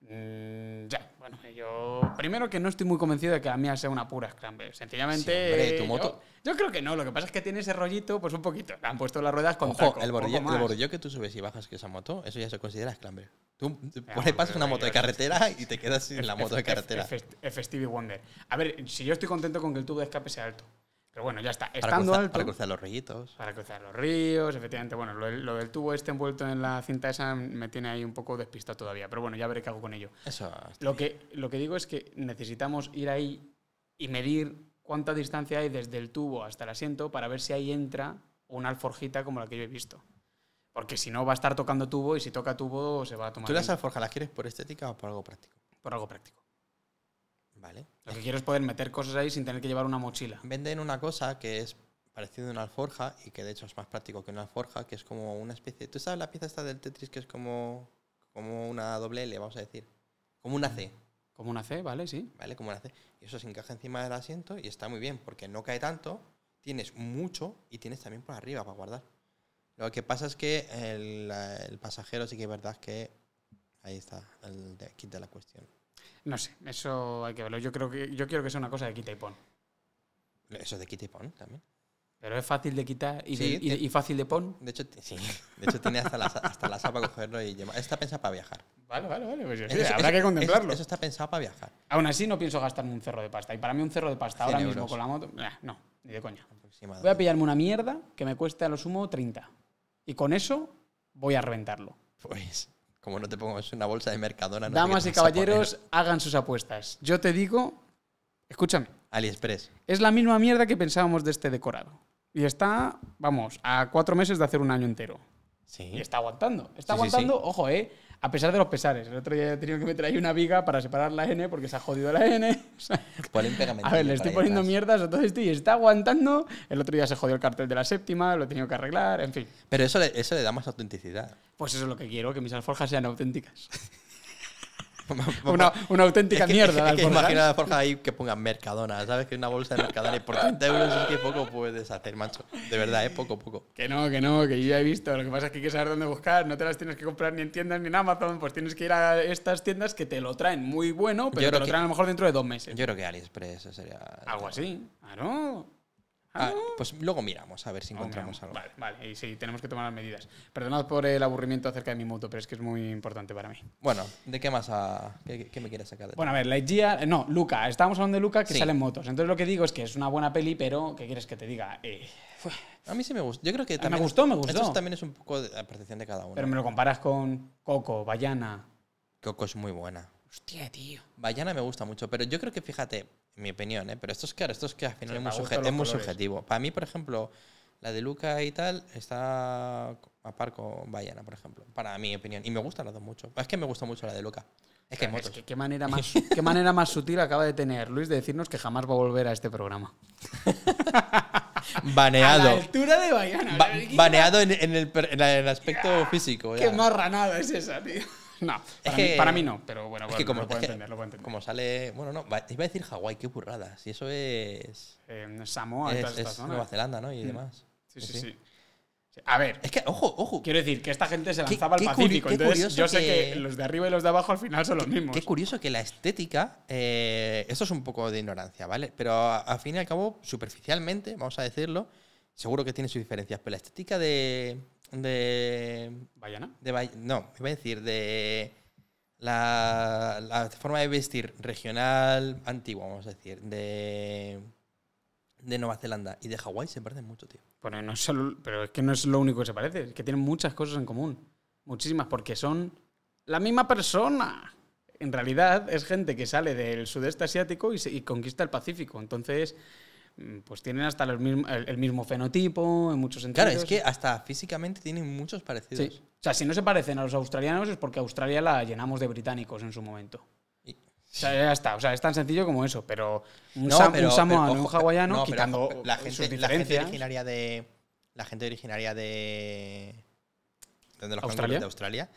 [SPEAKER 1] Mm, ya, bueno, yo. Primero que no estoy muy convencido de que la mía sea una pura Scramble. Sencillamente.
[SPEAKER 2] Sí, hombre, tu
[SPEAKER 1] eh,
[SPEAKER 2] moto-
[SPEAKER 1] Yo, yo creo que no, lo que pasa es que tiene ese rollito, pues un poquito. Le han puesto las ruedas con.
[SPEAKER 2] Ojo,
[SPEAKER 1] taco,
[SPEAKER 2] el
[SPEAKER 1] poco
[SPEAKER 2] bordillo, el
[SPEAKER 1] más.
[SPEAKER 2] bordillo que tú subes y bajas que esa moto, eso ya se considera Scrambler. Tú tú
[SPEAKER 1] Ya,
[SPEAKER 2] por ahí pasas
[SPEAKER 1] pero
[SPEAKER 2] una moto de
[SPEAKER 1] yo-
[SPEAKER 2] carretera y te quedas sin la
[SPEAKER 1] F-
[SPEAKER 2] moto de
[SPEAKER 1] F-
[SPEAKER 2] carretera.
[SPEAKER 1] F- F- Stevie Wonder. A ver, si yo estoy contento con que el tubo de escape sea alto. Pero bueno, ya está.
[SPEAKER 2] Para
[SPEAKER 1] Estando
[SPEAKER 2] cruzar,
[SPEAKER 1] alto.
[SPEAKER 2] para cruzar los rollitos.
[SPEAKER 1] Para cruzar los ríos, efectivamente. Bueno, lo, lo del tubo este envuelto en la cinta esa me tiene ahí un poco despistado todavía. Pero bueno, ya veré qué hago con ello.
[SPEAKER 2] Eso.
[SPEAKER 1] Lo que, lo que digo es que necesitamos ir ahí y medir cuánta distancia hay desde el tubo hasta el asiento para ver si ahí entra una alforjita como la que yo he visto. Porque si no, va a estar tocando tubo y si toca tubo se va a tomar
[SPEAKER 2] ¿Tú las
[SPEAKER 1] viento,
[SPEAKER 2] alforjas las quieres por estética o por algo práctico?
[SPEAKER 1] por algo práctico.
[SPEAKER 2] Vale.
[SPEAKER 1] Lo que quiero es poder meter cosas ahí sin tener que llevar una mochila.
[SPEAKER 2] Venden una cosa que es parecida a una alforja y que de hecho es más práctico que una alforja, que es como una especie. ¿Tú sabes la pieza esta del Tetris que es como, como una doble L, vamos a decir? Como
[SPEAKER 1] Mm.
[SPEAKER 2] una C.
[SPEAKER 1] Como una C, ¿vale? Sí.
[SPEAKER 2] ¿vale? Como la hace. Y eso se encaja encima del asiento y está muy bien, porque no cae tanto, tienes mucho y tienes también por arriba para guardar. Lo que pasa es que el, eh, el pasajero sí que es verdad que... Ahí está el de- kit de la cuestión.
[SPEAKER 1] No sé, eso hay que verlo. Yo creo que yo quiero que sea una cosa de quita y pon.
[SPEAKER 2] Eso es de quita y pon también.
[SPEAKER 1] Pero es fácil de quitar y, de-
[SPEAKER 2] Sí,
[SPEAKER 1] y de-
[SPEAKER 2] te-
[SPEAKER 1] y fácil de pon.
[SPEAKER 2] De hecho, ti- sí. De hecho tiene hasta la, hasta la sapa cogerlo y llevar. Está pensado para viajar.
[SPEAKER 1] Vale, vale, vale. (laughs) pues sí,
[SPEAKER 2] Eso-
[SPEAKER 1] habrá
[SPEAKER 2] eso-
[SPEAKER 1] que contemplarlo.
[SPEAKER 2] Eso, eso está pensado para viajar.
[SPEAKER 1] Aún así no pienso gastarme un cerro de pasta. Y para mí un cerro de pasta ahora
[SPEAKER 2] 100
[SPEAKER 1] mismo
[SPEAKER 2] euros.
[SPEAKER 1] con la moto... nah, no, ni de coña. Voy a
[SPEAKER 2] aproximadamente.
[SPEAKER 1] pillarme una mierda que me cueste a lo sumo 30. Y con eso voy a reventarlo.
[SPEAKER 2] Pues, como no te pongamos una bolsa de Mercadona. no sé
[SPEAKER 1] Damas
[SPEAKER 2] qué
[SPEAKER 1] y
[SPEAKER 2] te vas a poner.
[SPEAKER 1] caballeros, hagan sus apuestas. Yo te digo, escúchame,
[SPEAKER 2] AliExpress.
[SPEAKER 1] es la misma mierda que pensábamos de este decorado. Y está, vamos, a cuatro meses de hacer un año entero. Y
[SPEAKER 2] Sí.
[SPEAKER 1] está aguantando. Está
[SPEAKER 2] Sí, sí,
[SPEAKER 1] aguantando, ojo, eh. A pesar de los pesares. El otro día he tenido que meter ahí una viga para separar la N porque se ha jodido la N. (laughs) O sea,
[SPEAKER 2] Ponen pegamento.
[SPEAKER 1] a ver, le estoy poniendo mierdas a todo esto y está aguantando. El otro día se jodió el cartel de la séptima, lo he tenido que arreglar, en fin.
[SPEAKER 2] Pero eso le, eso le da más autenticidad. (laughs)
[SPEAKER 1] Pues eso es lo que quiero, que mis alforjas sean (laughs) auténticas.
[SPEAKER 2] Es
[SPEAKER 1] Una, una
[SPEAKER 2] que-
[SPEAKER 1] auténtica
[SPEAKER 2] es que,
[SPEAKER 1] mierda de alforjas.
[SPEAKER 2] imagina la forja ahí que pongan Mercadona. ¿Sabes? Que una bolsa de Mercadona y por 30 euros es que poco puedes hacer, mancho. De verdad, es poco, poco.
[SPEAKER 1] Que no, que no, que yo ya he visto. Lo que pasa es que hay que saber dónde buscar. No te las tienes que comprar ni en tiendas ni en Amazon. Pues tienes que ir a estas tiendas que te lo traen muy bueno, pero
[SPEAKER 2] Yo
[SPEAKER 1] te
[SPEAKER 2] creo
[SPEAKER 1] lo
[SPEAKER 2] que-
[SPEAKER 1] traen a lo mejor dentro de dos meses.
[SPEAKER 2] Yo creo que AliExpress sería.
[SPEAKER 1] Algo así. Ah, no.
[SPEAKER 2] Ah, pues luego miramos a ver si
[SPEAKER 1] No,
[SPEAKER 2] encontramos
[SPEAKER 1] mira,
[SPEAKER 2] algo.
[SPEAKER 1] Vale, vale. Y sí, tenemos que tomar las medidas. Perdonad por el aburrimiento acerca de mi moto, pero es que es muy importante para mí.
[SPEAKER 2] Bueno, ¿de qué más? A, qué, qué me quieres sacar de
[SPEAKER 1] Bueno, a ver, Lightyear... eh, No, Luca. Estábamos hablando de Luca, que
[SPEAKER 2] Sí.
[SPEAKER 1] sale en motos. Entonces lo que digo es que es una buena peli, pero ¿qué quieres que te diga? Eh, fue-
[SPEAKER 2] A mí sí me gustó. Yo creo que
[SPEAKER 1] Eh, me
[SPEAKER 2] también.
[SPEAKER 1] gustó, me gustó.
[SPEAKER 2] Esto también es un poco de la percepción de cada uno.
[SPEAKER 1] pero me lo comparas con Coco, Bayana...
[SPEAKER 2] Coco es muy buena.
[SPEAKER 1] Hostia, tío.
[SPEAKER 2] Bayana me gusta mucho, pero yo creo que fíjate, en mi opinión, ¿eh? pero esto es claro, esto es que al
[SPEAKER 1] Sí,
[SPEAKER 2] final es muy,
[SPEAKER 1] para
[SPEAKER 2] subje-
[SPEAKER 1] gustos los
[SPEAKER 2] es muy
[SPEAKER 1] colores.
[SPEAKER 2] subjetivo. Para mí, por ejemplo, la de Luca y tal está a par con Bayana, por ejemplo, para mi opinión. Y me gustan las dos mucho. Es que me gusta mucho la de Luca. Es que hay
[SPEAKER 1] Claro,
[SPEAKER 2] motos.
[SPEAKER 1] que qué manera (laughs) más qué manera más sutil acaba de tener Luis de decirnos que jamás va a volver a este programa. (laughs) A la
[SPEAKER 2] Baneado.
[SPEAKER 1] altura de Bayana.
[SPEAKER 2] Ba-
[SPEAKER 1] ¿sabes? ¿Qué-
[SPEAKER 2] baneado en, en el, per- en la- en el aspecto físico.
[SPEAKER 1] Qué
[SPEAKER 2] ya.
[SPEAKER 1] marranada es esa, tío. (laughs) No, para, mí,
[SPEAKER 2] que-
[SPEAKER 1] para mí no, pero bueno,
[SPEAKER 2] Es
[SPEAKER 1] bueno,
[SPEAKER 2] que como,
[SPEAKER 1] lo puedo
[SPEAKER 2] es que
[SPEAKER 1] entender, lo puedo entender.
[SPEAKER 2] como sale. Bueno, no, va- iba a decir Hawái, qué burrada. Si eso es.
[SPEAKER 1] Eh, Samoa y
[SPEAKER 2] Es,
[SPEAKER 1] todas estas
[SPEAKER 2] es
[SPEAKER 1] zonas.
[SPEAKER 2] Nueva Zelanda,
[SPEAKER 1] Mm.
[SPEAKER 2] ¿no? Y demás.
[SPEAKER 1] Sí, sí, sí. Sí, A ver,
[SPEAKER 2] Es que, ojo, ojo.
[SPEAKER 1] quiero decir que esta gente se
[SPEAKER 2] Qué-
[SPEAKER 1] lanzaba al
[SPEAKER 2] qué
[SPEAKER 1] Pacífico,
[SPEAKER 2] curi- qué
[SPEAKER 1] entonces
[SPEAKER 2] curioso
[SPEAKER 1] yo sé que...
[SPEAKER 2] que-
[SPEAKER 1] los de arriba y los de abajo al final son los mismos.
[SPEAKER 2] Qué curioso que la estética, eh, esto es un poco de ignorancia, ¿vale? Pero a- al fin y al cabo, superficialmente, vamos a decirlo, seguro que tiene sus diferencias, pero la estética de... de,
[SPEAKER 1] Bayana.
[SPEAKER 2] de Bay- no, iba a decir, de la, la forma de vestir regional antigua, vamos a decir, de, de Nueva Zelanda y de Hawái se parecen mucho, tío.
[SPEAKER 1] Bueno, no es solo- pero es que no es lo único que se parece, es que tienen muchas cosas en común. Muchísimas, porque son la misma persona. En realidad es gente que sale del sudeste asiático y, se- y conquista el Pacífico. Entonces, mm, pues tienen hasta los mism- el, el mismo fenotipo en muchos sentidos.
[SPEAKER 2] Claro, es que hasta físicamente tienen muchos parecidos.
[SPEAKER 1] Sí. O sea, si no se parecen a los australianos es porque Australia la llenamos de británicos en su momento.
[SPEAKER 2] Y-
[SPEAKER 1] O sea, ya está. O sea, es tan sencillo como eso. Pero un,
[SPEAKER 2] No,
[SPEAKER 1] sam- un
[SPEAKER 2] pero-
[SPEAKER 1] samoano,
[SPEAKER 2] pero
[SPEAKER 1] un
[SPEAKER 2] ojo,
[SPEAKER 1] hawaiano,
[SPEAKER 2] no, pero
[SPEAKER 1] quitando
[SPEAKER 2] ojo, la gente,
[SPEAKER 1] sus
[SPEAKER 2] la gente
[SPEAKER 1] diferencias.
[SPEAKER 2] originaria de la gente originaria de donde los canguros
[SPEAKER 1] ¿Australia?
[SPEAKER 2] de Australia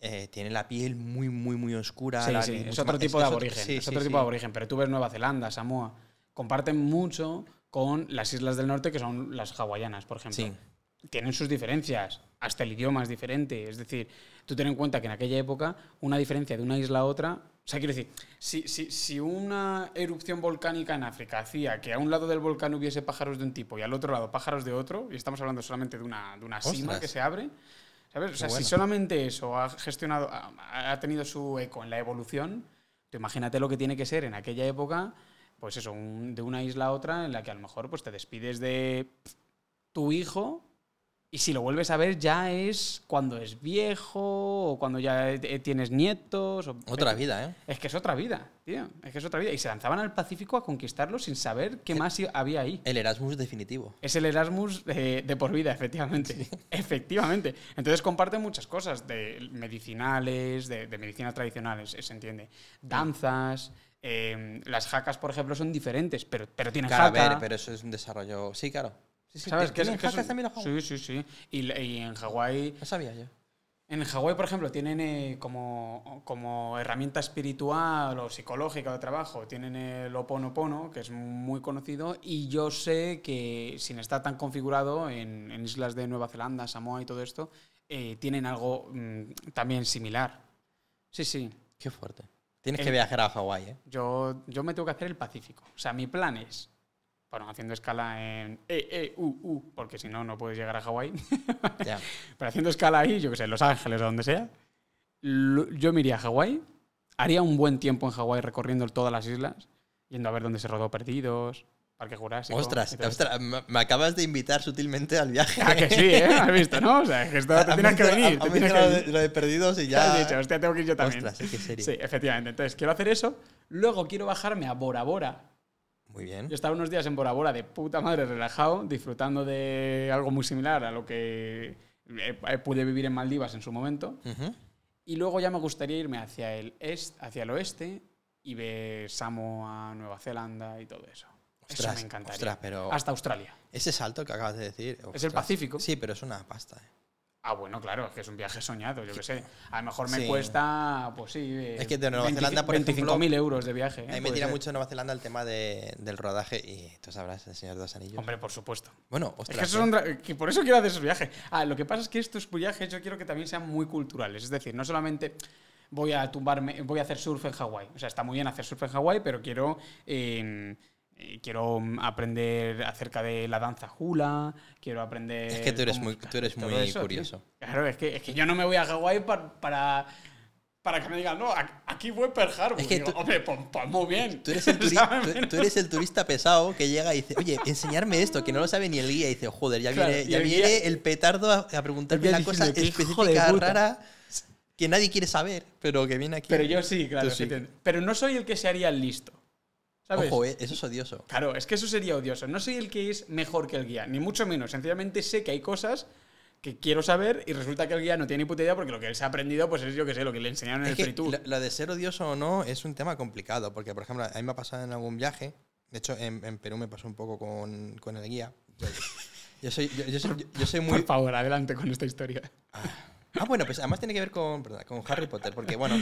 [SPEAKER 2] eh, tiene la piel muy muy muy oscura
[SPEAKER 1] Sí,
[SPEAKER 2] la-
[SPEAKER 1] sí,
[SPEAKER 2] y
[SPEAKER 1] es
[SPEAKER 2] mucho
[SPEAKER 1] otro
[SPEAKER 2] más-
[SPEAKER 1] tipo de
[SPEAKER 2] es otro-
[SPEAKER 1] aborigen.
[SPEAKER 2] sí,
[SPEAKER 1] es
[SPEAKER 2] sí,
[SPEAKER 1] otro
[SPEAKER 2] sí.
[SPEAKER 1] tipo de aborigen. Pero tú ves Nueva Zelanda, Samoa. Comparten mucho con las islas del norte, que son las hawaianas, por ejemplo.
[SPEAKER 2] Sí.
[SPEAKER 1] Tienen sus diferencias. Hasta el idioma es diferente. Es decir, tú ten en cuenta que en aquella época, una diferencia de una isla a otra. O sea, quiero decir, si, si, si una erupción volcánica en África hacía que a un lado del volcán hubiese pájaros de un tipo y al otro lado pájaros de otro, y estamos hablando solamente de una, de una cima
[SPEAKER 2] Ostras.
[SPEAKER 1] que se abre, ¿Sabes? O sea,
[SPEAKER 2] bueno.
[SPEAKER 1] si solamente eso ha gestionado, ha, ha tenido su eco en la evolución, tú imagínate lo que tiene que ser en aquella época, pues eso, un- de una isla a otra en la que a lo mejor pues, te despides de tu hijo y si lo vuelves a ver ya es cuando es viejo o cuando ya eh, tienes nietos. o-
[SPEAKER 2] otra vida eh
[SPEAKER 1] Es que es otra vida, tío. Es que es otra vida. Y se lanzaban al Pacífico a conquistarlo sin saber
[SPEAKER 2] Eh,
[SPEAKER 1] qué más i- había ahí.
[SPEAKER 2] el Erasmus definitivo
[SPEAKER 1] Es el Erasmus eh, de por vida, efectivamente. (laughs) Efectivamente. Entonces comparte muchas cosas de medicinales, de, de medicinas tradicionales, eh, se entiende. Danzas. eh, las jacas, por ejemplo, son diferentes, pero, pero tienen
[SPEAKER 2] claro, a
[SPEAKER 1] jaca.
[SPEAKER 2] ver, pero eso es un desarrollo sí claro sí, sí,
[SPEAKER 1] ¿Sabes? Que es-
[SPEAKER 2] tienen
[SPEAKER 1] que es-
[SPEAKER 2] jacas también los hawaianos?
[SPEAKER 1] sí, sí, sí. Y, la- y en Hawái,
[SPEAKER 2] no sabía yo
[SPEAKER 1] en Hawái, por ejemplo, tienen eh, como, como herramienta espiritual o psicológica de trabajo, tienen el Ho Oponopono, que es muy conocido, y yo sé que sin estar tan configurado en, en islas de Nueva Zelanda, Samoa y todo esto, eh, tienen algo mm, también similar. Sí, sí.
[SPEAKER 2] qué fuerte Tienes que
[SPEAKER 1] El-
[SPEAKER 2] viajar a Hawái,
[SPEAKER 1] (laughs)
[SPEAKER 2] ¿eh?
[SPEAKER 1] Yo, yo me tengo que hacer el Pacífico. O sea, mi plan es, bueno, haciendo escala en E, E, U, U, porque si no, no puedes llegar a Hawái,
[SPEAKER 2] Ya.
[SPEAKER 1] pero haciendo escala ahí, yo que sé, en Los Ángeles o donde sea, lo- yo me iría a Hawái, haría un buen tiempo en Hawái recorriendo todas las islas, yendo a ver dónde se rodó Perdidos, Parque Jurásico.
[SPEAKER 2] ostras,
[SPEAKER 1] y todo esto.
[SPEAKER 2] ostras, me me acabas de invitar sutilmente
[SPEAKER 1] (laughs)
[SPEAKER 2] al viaje.
[SPEAKER 1] Ah, que sí, ¿eh? Has visto, ¿no? O sea, que
[SPEAKER 2] (laughs)
[SPEAKER 1] esto te
[SPEAKER 2] Has
[SPEAKER 1] tienes que
[SPEAKER 2] mencionado-
[SPEAKER 1] venir.
[SPEAKER 2] has
[SPEAKER 1] te tienes que
[SPEAKER 2] mencionado
[SPEAKER 1] venir.
[SPEAKER 2] lo, de, lo de
[SPEAKER 1] (laughs)
[SPEAKER 2] perdidos
[SPEAKER 1] Ya
[SPEAKER 2] y ya.
[SPEAKER 1] has dicho, hostia, tengo que ir yo también.
[SPEAKER 2] Ostras, es que es serio.
[SPEAKER 1] Sí, efectivamente. Entonces, quiero hacer eso. Luego quiero bajarme a Bora Bora.
[SPEAKER 2] Muy bien.
[SPEAKER 1] Yo estaba unos días en Bora Bora de puta madre, relajado, disfrutando de algo muy similar a lo que eh, eh, pude vivir en Maldivas en su momento.
[SPEAKER 2] Ujú.
[SPEAKER 1] Y luego ya me gustaría irme hacia el, est, hacia el oeste y ver Samoa, Nueva Zelanda y todo eso. eso
[SPEAKER 2] Ostras,
[SPEAKER 1] me encantaría. Oh.
[SPEAKER 2] ostras, pero-
[SPEAKER 1] Hasta Australia.
[SPEAKER 2] Ese salto que acabas de decir.
[SPEAKER 1] Es el
[SPEAKER 2] ostras.
[SPEAKER 1] Pacífico.
[SPEAKER 2] Sí, pero es una pasta. ¿eh?
[SPEAKER 1] Ah, bueno, claro, es que es un viaje soñado, yo qué sé. A lo mejor me
[SPEAKER 2] Sí.
[SPEAKER 1] cuesta, pues sí. eh,
[SPEAKER 2] Es que de Nueva Zelanda, por ejemplo,
[SPEAKER 1] 25.000 euros de viaje.
[SPEAKER 2] A
[SPEAKER 1] eh,
[SPEAKER 2] mí me
[SPEAKER 1] puede
[SPEAKER 2] tira
[SPEAKER 1] ser.
[SPEAKER 2] mucho Nueva Zelanda el tema de- del rodaje y tú sabrás, el señor de los anillos.
[SPEAKER 1] Hombre, por supuesto.
[SPEAKER 2] Bueno,
[SPEAKER 1] Es que,
[SPEAKER 2] ostras.
[SPEAKER 1] eso es
[SPEAKER 2] ¿eh?
[SPEAKER 1] un ra- que por eso quiero hacer esos viajes. Ah, lo que pasa es que estos viajes yo quiero que también sean muy culturales. Es decir, no solamente voy a tumbarme, voy a hacer surf en Hawái. O sea, está muy bien hacer surf en Hawái, pero quiero, eh, eh, quiero mm, aprender acerca de la danza hula, quiero aprender...
[SPEAKER 2] Es que tú eres
[SPEAKER 1] cómo-
[SPEAKER 2] muy- tú eres
[SPEAKER 1] todo
[SPEAKER 2] muy
[SPEAKER 1] tío.
[SPEAKER 2] curioso.
[SPEAKER 1] Claro, es que, es que yo no me voy a Hawái pa- para... Para que me digan, no, a- aquí voy a Pearl Harbor.
[SPEAKER 2] Es que
[SPEAKER 1] Digo,
[SPEAKER 2] tú-
[SPEAKER 1] hombre, pues, pues muy bien. (laughs)
[SPEAKER 2] Tú eres, el turi-
[SPEAKER 1] ¿Sabes?
[SPEAKER 2] tú- tú eres el turista pesado que llega y dice, oye, enseñarme esto, que no lo sabe ni el guía. Y dice, joder, ya
[SPEAKER 1] Claro,
[SPEAKER 2] viene,
[SPEAKER 1] y
[SPEAKER 2] ya
[SPEAKER 1] el
[SPEAKER 2] el,
[SPEAKER 1] guía-
[SPEAKER 2] viene el petardo a, a preguntarme
[SPEAKER 1] El guía
[SPEAKER 2] una cosa
[SPEAKER 1] diciendo, "Qué hijo de
[SPEAKER 2] específica,
[SPEAKER 1] puta".
[SPEAKER 2] rara, que nadie quiere saber, pero que viene aquí.
[SPEAKER 1] Pero yo sí, claro.
[SPEAKER 2] Tú sí.
[SPEAKER 1] efectivamente. Pero no soy el que se haría el listo. ¿Sabes?
[SPEAKER 2] Ojo, eh, eso es odioso.
[SPEAKER 1] Claro, es que eso sería odioso. No soy el que es mejor que el guía, ni mucho menos. Sencillamente sé que hay cosas que quiero saber y resulta que el guía no tiene ni puta idea porque lo que él se ha aprendido pues es yo que sé, lo que le enseñaron en
[SPEAKER 2] Es
[SPEAKER 1] el
[SPEAKER 2] que
[SPEAKER 1] free tour.
[SPEAKER 2] lo, lo de ser odioso o no es un tema complicado, porque, por ejemplo, a mí me ha pasado en algún viaje, de hecho, en, en Perú me pasó un poco con, con el guía. Yo soy, yo, yo soy, yo soy muy...
[SPEAKER 1] (laughs) Por favor, adelante con esta historia.
[SPEAKER 2] Ah, bueno, pues además tiene que ver con, perdona, con Harry Potter, porque, bueno,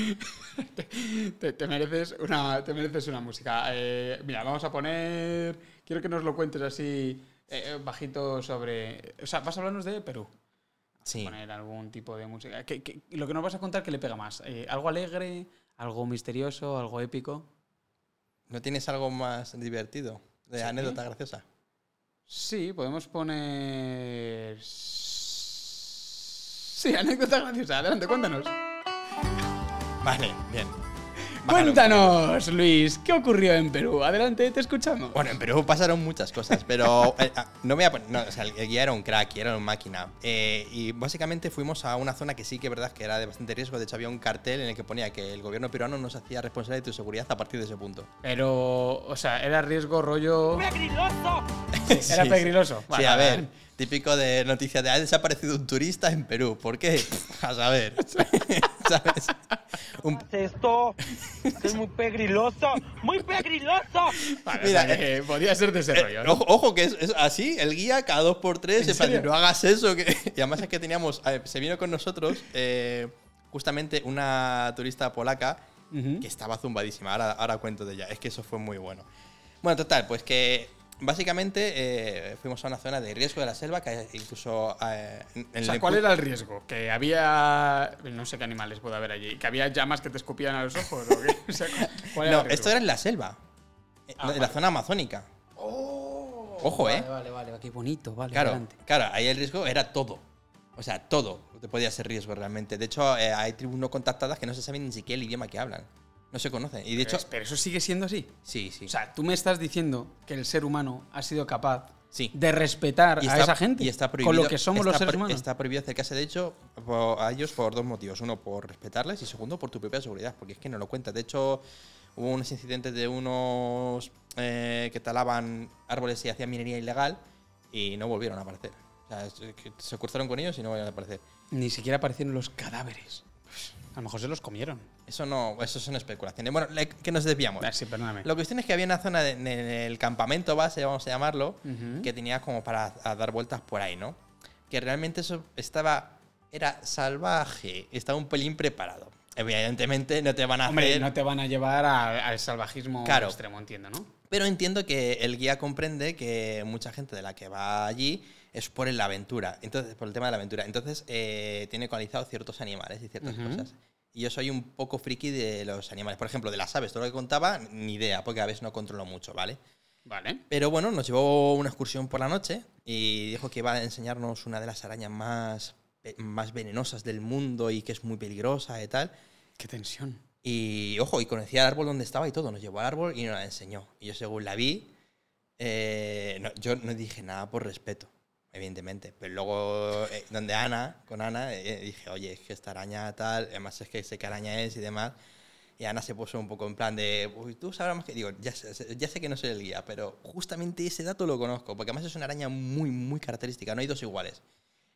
[SPEAKER 1] Te, te mereces, una, te mereces una música. Eh, mira, vamos a poner... Quiero que nos lo cuentes así eh, bajito sobre... O sea, vas a hablarnos de Perú.
[SPEAKER 2] sí.
[SPEAKER 1] poner algún tipo de música. ¿Qué- qué- lo que nos vas a contar, ¿qué le pega más? Eh, ¿Algo alegre? ¿Algo misterioso? ¿Algo épico?
[SPEAKER 2] ¿No tienes algo más divertido? De
[SPEAKER 1] Sí.
[SPEAKER 2] anécdota graciosa.
[SPEAKER 1] Sí, podemos poner... Sí, anécdota graciosa. Adelante, cuéntanos.
[SPEAKER 2] Vale, bien. Bájalo un
[SPEAKER 1] Cuéntanos, Luis, ¿qué ocurrió en Perú? Adelante, te escuchamos.
[SPEAKER 2] Bueno, en Perú pasaron muchas cosas, pero eh, ah, no me voy a poner. no, o sea, el guía era un crack, y era una máquina. Eh, y básicamente fuimos a una zona que sí que es verdad que era de bastante riesgo. De hecho, había un cartel en el que ponía que el gobierno peruano no se hacía responsable de tu seguridad a partir de ese punto.
[SPEAKER 1] Pero, o sea, era riesgo (laughs) rollo... (laughs) Era
[SPEAKER 2] Sí,
[SPEAKER 1] peligroso. eh.
[SPEAKER 2] Sí,
[SPEAKER 1] Vale,
[SPEAKER 2] a
[SPEAKER 1] vale,
[SPEAKER 2] ver,
[SPEAKER 1] vale.
[SPEAKER 2] típico de noticia de ha desaparecido un turista en Perú. ¿Por qué? (laughs)
[SPEAKER 1] (laughs)
[SPEAKER 2] A saber. ¿Sabes? Un-
[SPEAKER 3] esto, es muy pegriloso, muy pegriloso.
[SPEAKER 1] Vale,
[SPEAKER 2] Mira,
[SPEAKER 1] o sea, que eh, podía ser de ese rollo. ¿no?
[SPEAKER 2] Eh, Ojo, ojo, que es, es así, el guía cada dos por tres,
[SPEAKER 1] ¿En
[SPEAKER 2] en plan,
[SPEAKER 1] serio?
[SPEAKER 2] no hagas eso. Que... (laughs) Y además es que teníamos, a ver, se vino con nosotros eh, justamente una turista polaca
[SPEAKER 1] Ujú.
[SPEAKER 2] que estaba zumbadísima, ahora, ahora cuento de ella, es que eso fue muy bueno. Bueno, total, pues que básicamente eh, fuimos a una zona de riesgo de la selva que incluso... eh, en- en
[SPEAKER 1] O sea,
[SPEAKER 2] el-
[SPEAKER 1] ¿cuál era el riesgo? Que había. No sé qué animales puede haber allí. Que había llamas que te escupían a los ojos. ¿o qué? (laughs) O sea, ¿cuál
[SPEAKER 2] No,
[SPEAKER 1] el riesgo?
[SPEAKER 2] esto era en la selva, eh, en
[SPEAKER 1] Ah,
[SPEAKER 2] la
[SPEAKER 1] vale. Oh,
[SPEAKER 2] zona amazónica. Ojo, eh.
[SPEAKER 1] Vale, vale, vale, qué bonito, vale.
[SPEAKER 2] Claro,
[SPEAKER 1] adelante.
[SPEAKER 2] claro, ahí el riesgo era todo. O sea, todo te podía ser riesgo realmente. De hecho, eh, hay tribus no contactadas que no se saben ni siquiera el idioma que hablan. No se conocen. Y de
[SPEAKER 1] Pero,
[SPEAKER 2] hecho,
[SPEAKER 1] Eh, pero eso sigue siendo así.
[SPEAKER 2] sí, sí.
[SPEAKER 1] O sea, tú me estás diciendo que el ser humano ha sido capaz
[SPEAKER 2] Sí.
[SPEAKER 1] de respetar
[SPEAKER 2] Y
[SPEAKER 1] a
[SPEAKER 2] está-
[SPEAKER 1] esa gente
[SPEAKER 2] y está
[SPEAKER 1] con
[SPEAKER 2] prohibido-
[SPEAKER 1] lo que somos
[SPEAKER 2] está
[SPEAKER 1] los seres
[SPEAKER 2] pro-
[SPEAKER 1] humanos.
[SPEAKER 2] Está prohibido acercarse, de hecho, po- a ellos por dos motivos. Uno, por respetarles y segundo, por tu propia seguridad, porque es que no lo cuentas. De hecho, hubo unos incidentes de unos eh, que talaban árboles y hacían minería ilegal y no volvieron a aparecer. O sea, es que se cruzaron con ellos y no volvieron a aparecer.
[SPEAKER 1] Ni siquiera aparecieron los cadáveres. A lo mejor se los comieron.
[SPEAKER 2] Eso no, eso son especulaciones. Bueno, le- que nos desviamos.
[SPEAKER 1] Ah, sí, perdóname.
[SPEAKER 2] La cuestión es que había una zona de- en el campamento base, vamos a llamarlo,
[SPEAKER 1] Ujú.
[SPEAKER 2] que tenía como para a dar vueltas por ahí, ¿no? Que realmente eso estaba. Era salvaje, estaba un pelín preparado. Evidentemente no te van a
[SPEAKER 1] Hombre,
[SPEAKER 2] hacer.
[SPEAKER 1] no te van a llevar a- al salvajismo
[SPEAKER 2] Claro.
[SPEAKER 1] extremo, entiendo, ¿no?
[SPEAKER 2] Pero entiendo que el guía comprende que mucha gente de la que va allí es por la aventura, entonces por el tema de la aventura. Entonces eh, tiene ecualizado ciertos animales y ciertas
[SPEAKER 1] Ujú.
[SPEAKER 2] cosas. Y yo soy un poco friki de los animales. Por ejemplo, de las aves, todo lo que contaba, ni idea, porque aves no controlo mucho, ¿vale?
[SPEAKER 1] Vale.
[SPEAKER 2] Pero bueno, nos llevó una excursión por la noche y dijo que iba a enseñarnos una de las arañas más, eh, más venenosas del mundo y que es muy peligrosa y tal.
[SPEAKER 1] Qué tensión.
[SPEAKER 2] Y ojo, y conocía el árbol donde estaba y todo. Nos llevó al árbol y nos la enseñó. Y yo, según la vi, eh, no- yo no dije nada por respeto, evidentemente. Pero luego, eh, donde Ana, con Ana, eh, dije, oye, es que esta araña tal, además es que sé qué araña es y demás. Y Ana se puso un poco en plan de, uy, tú sabrás más que. Digo, ya sé, ya sé que no soy el guía, pero justamente ese dato lo conozco, porque además es una araña muy, muy característica, no hay dos iguales.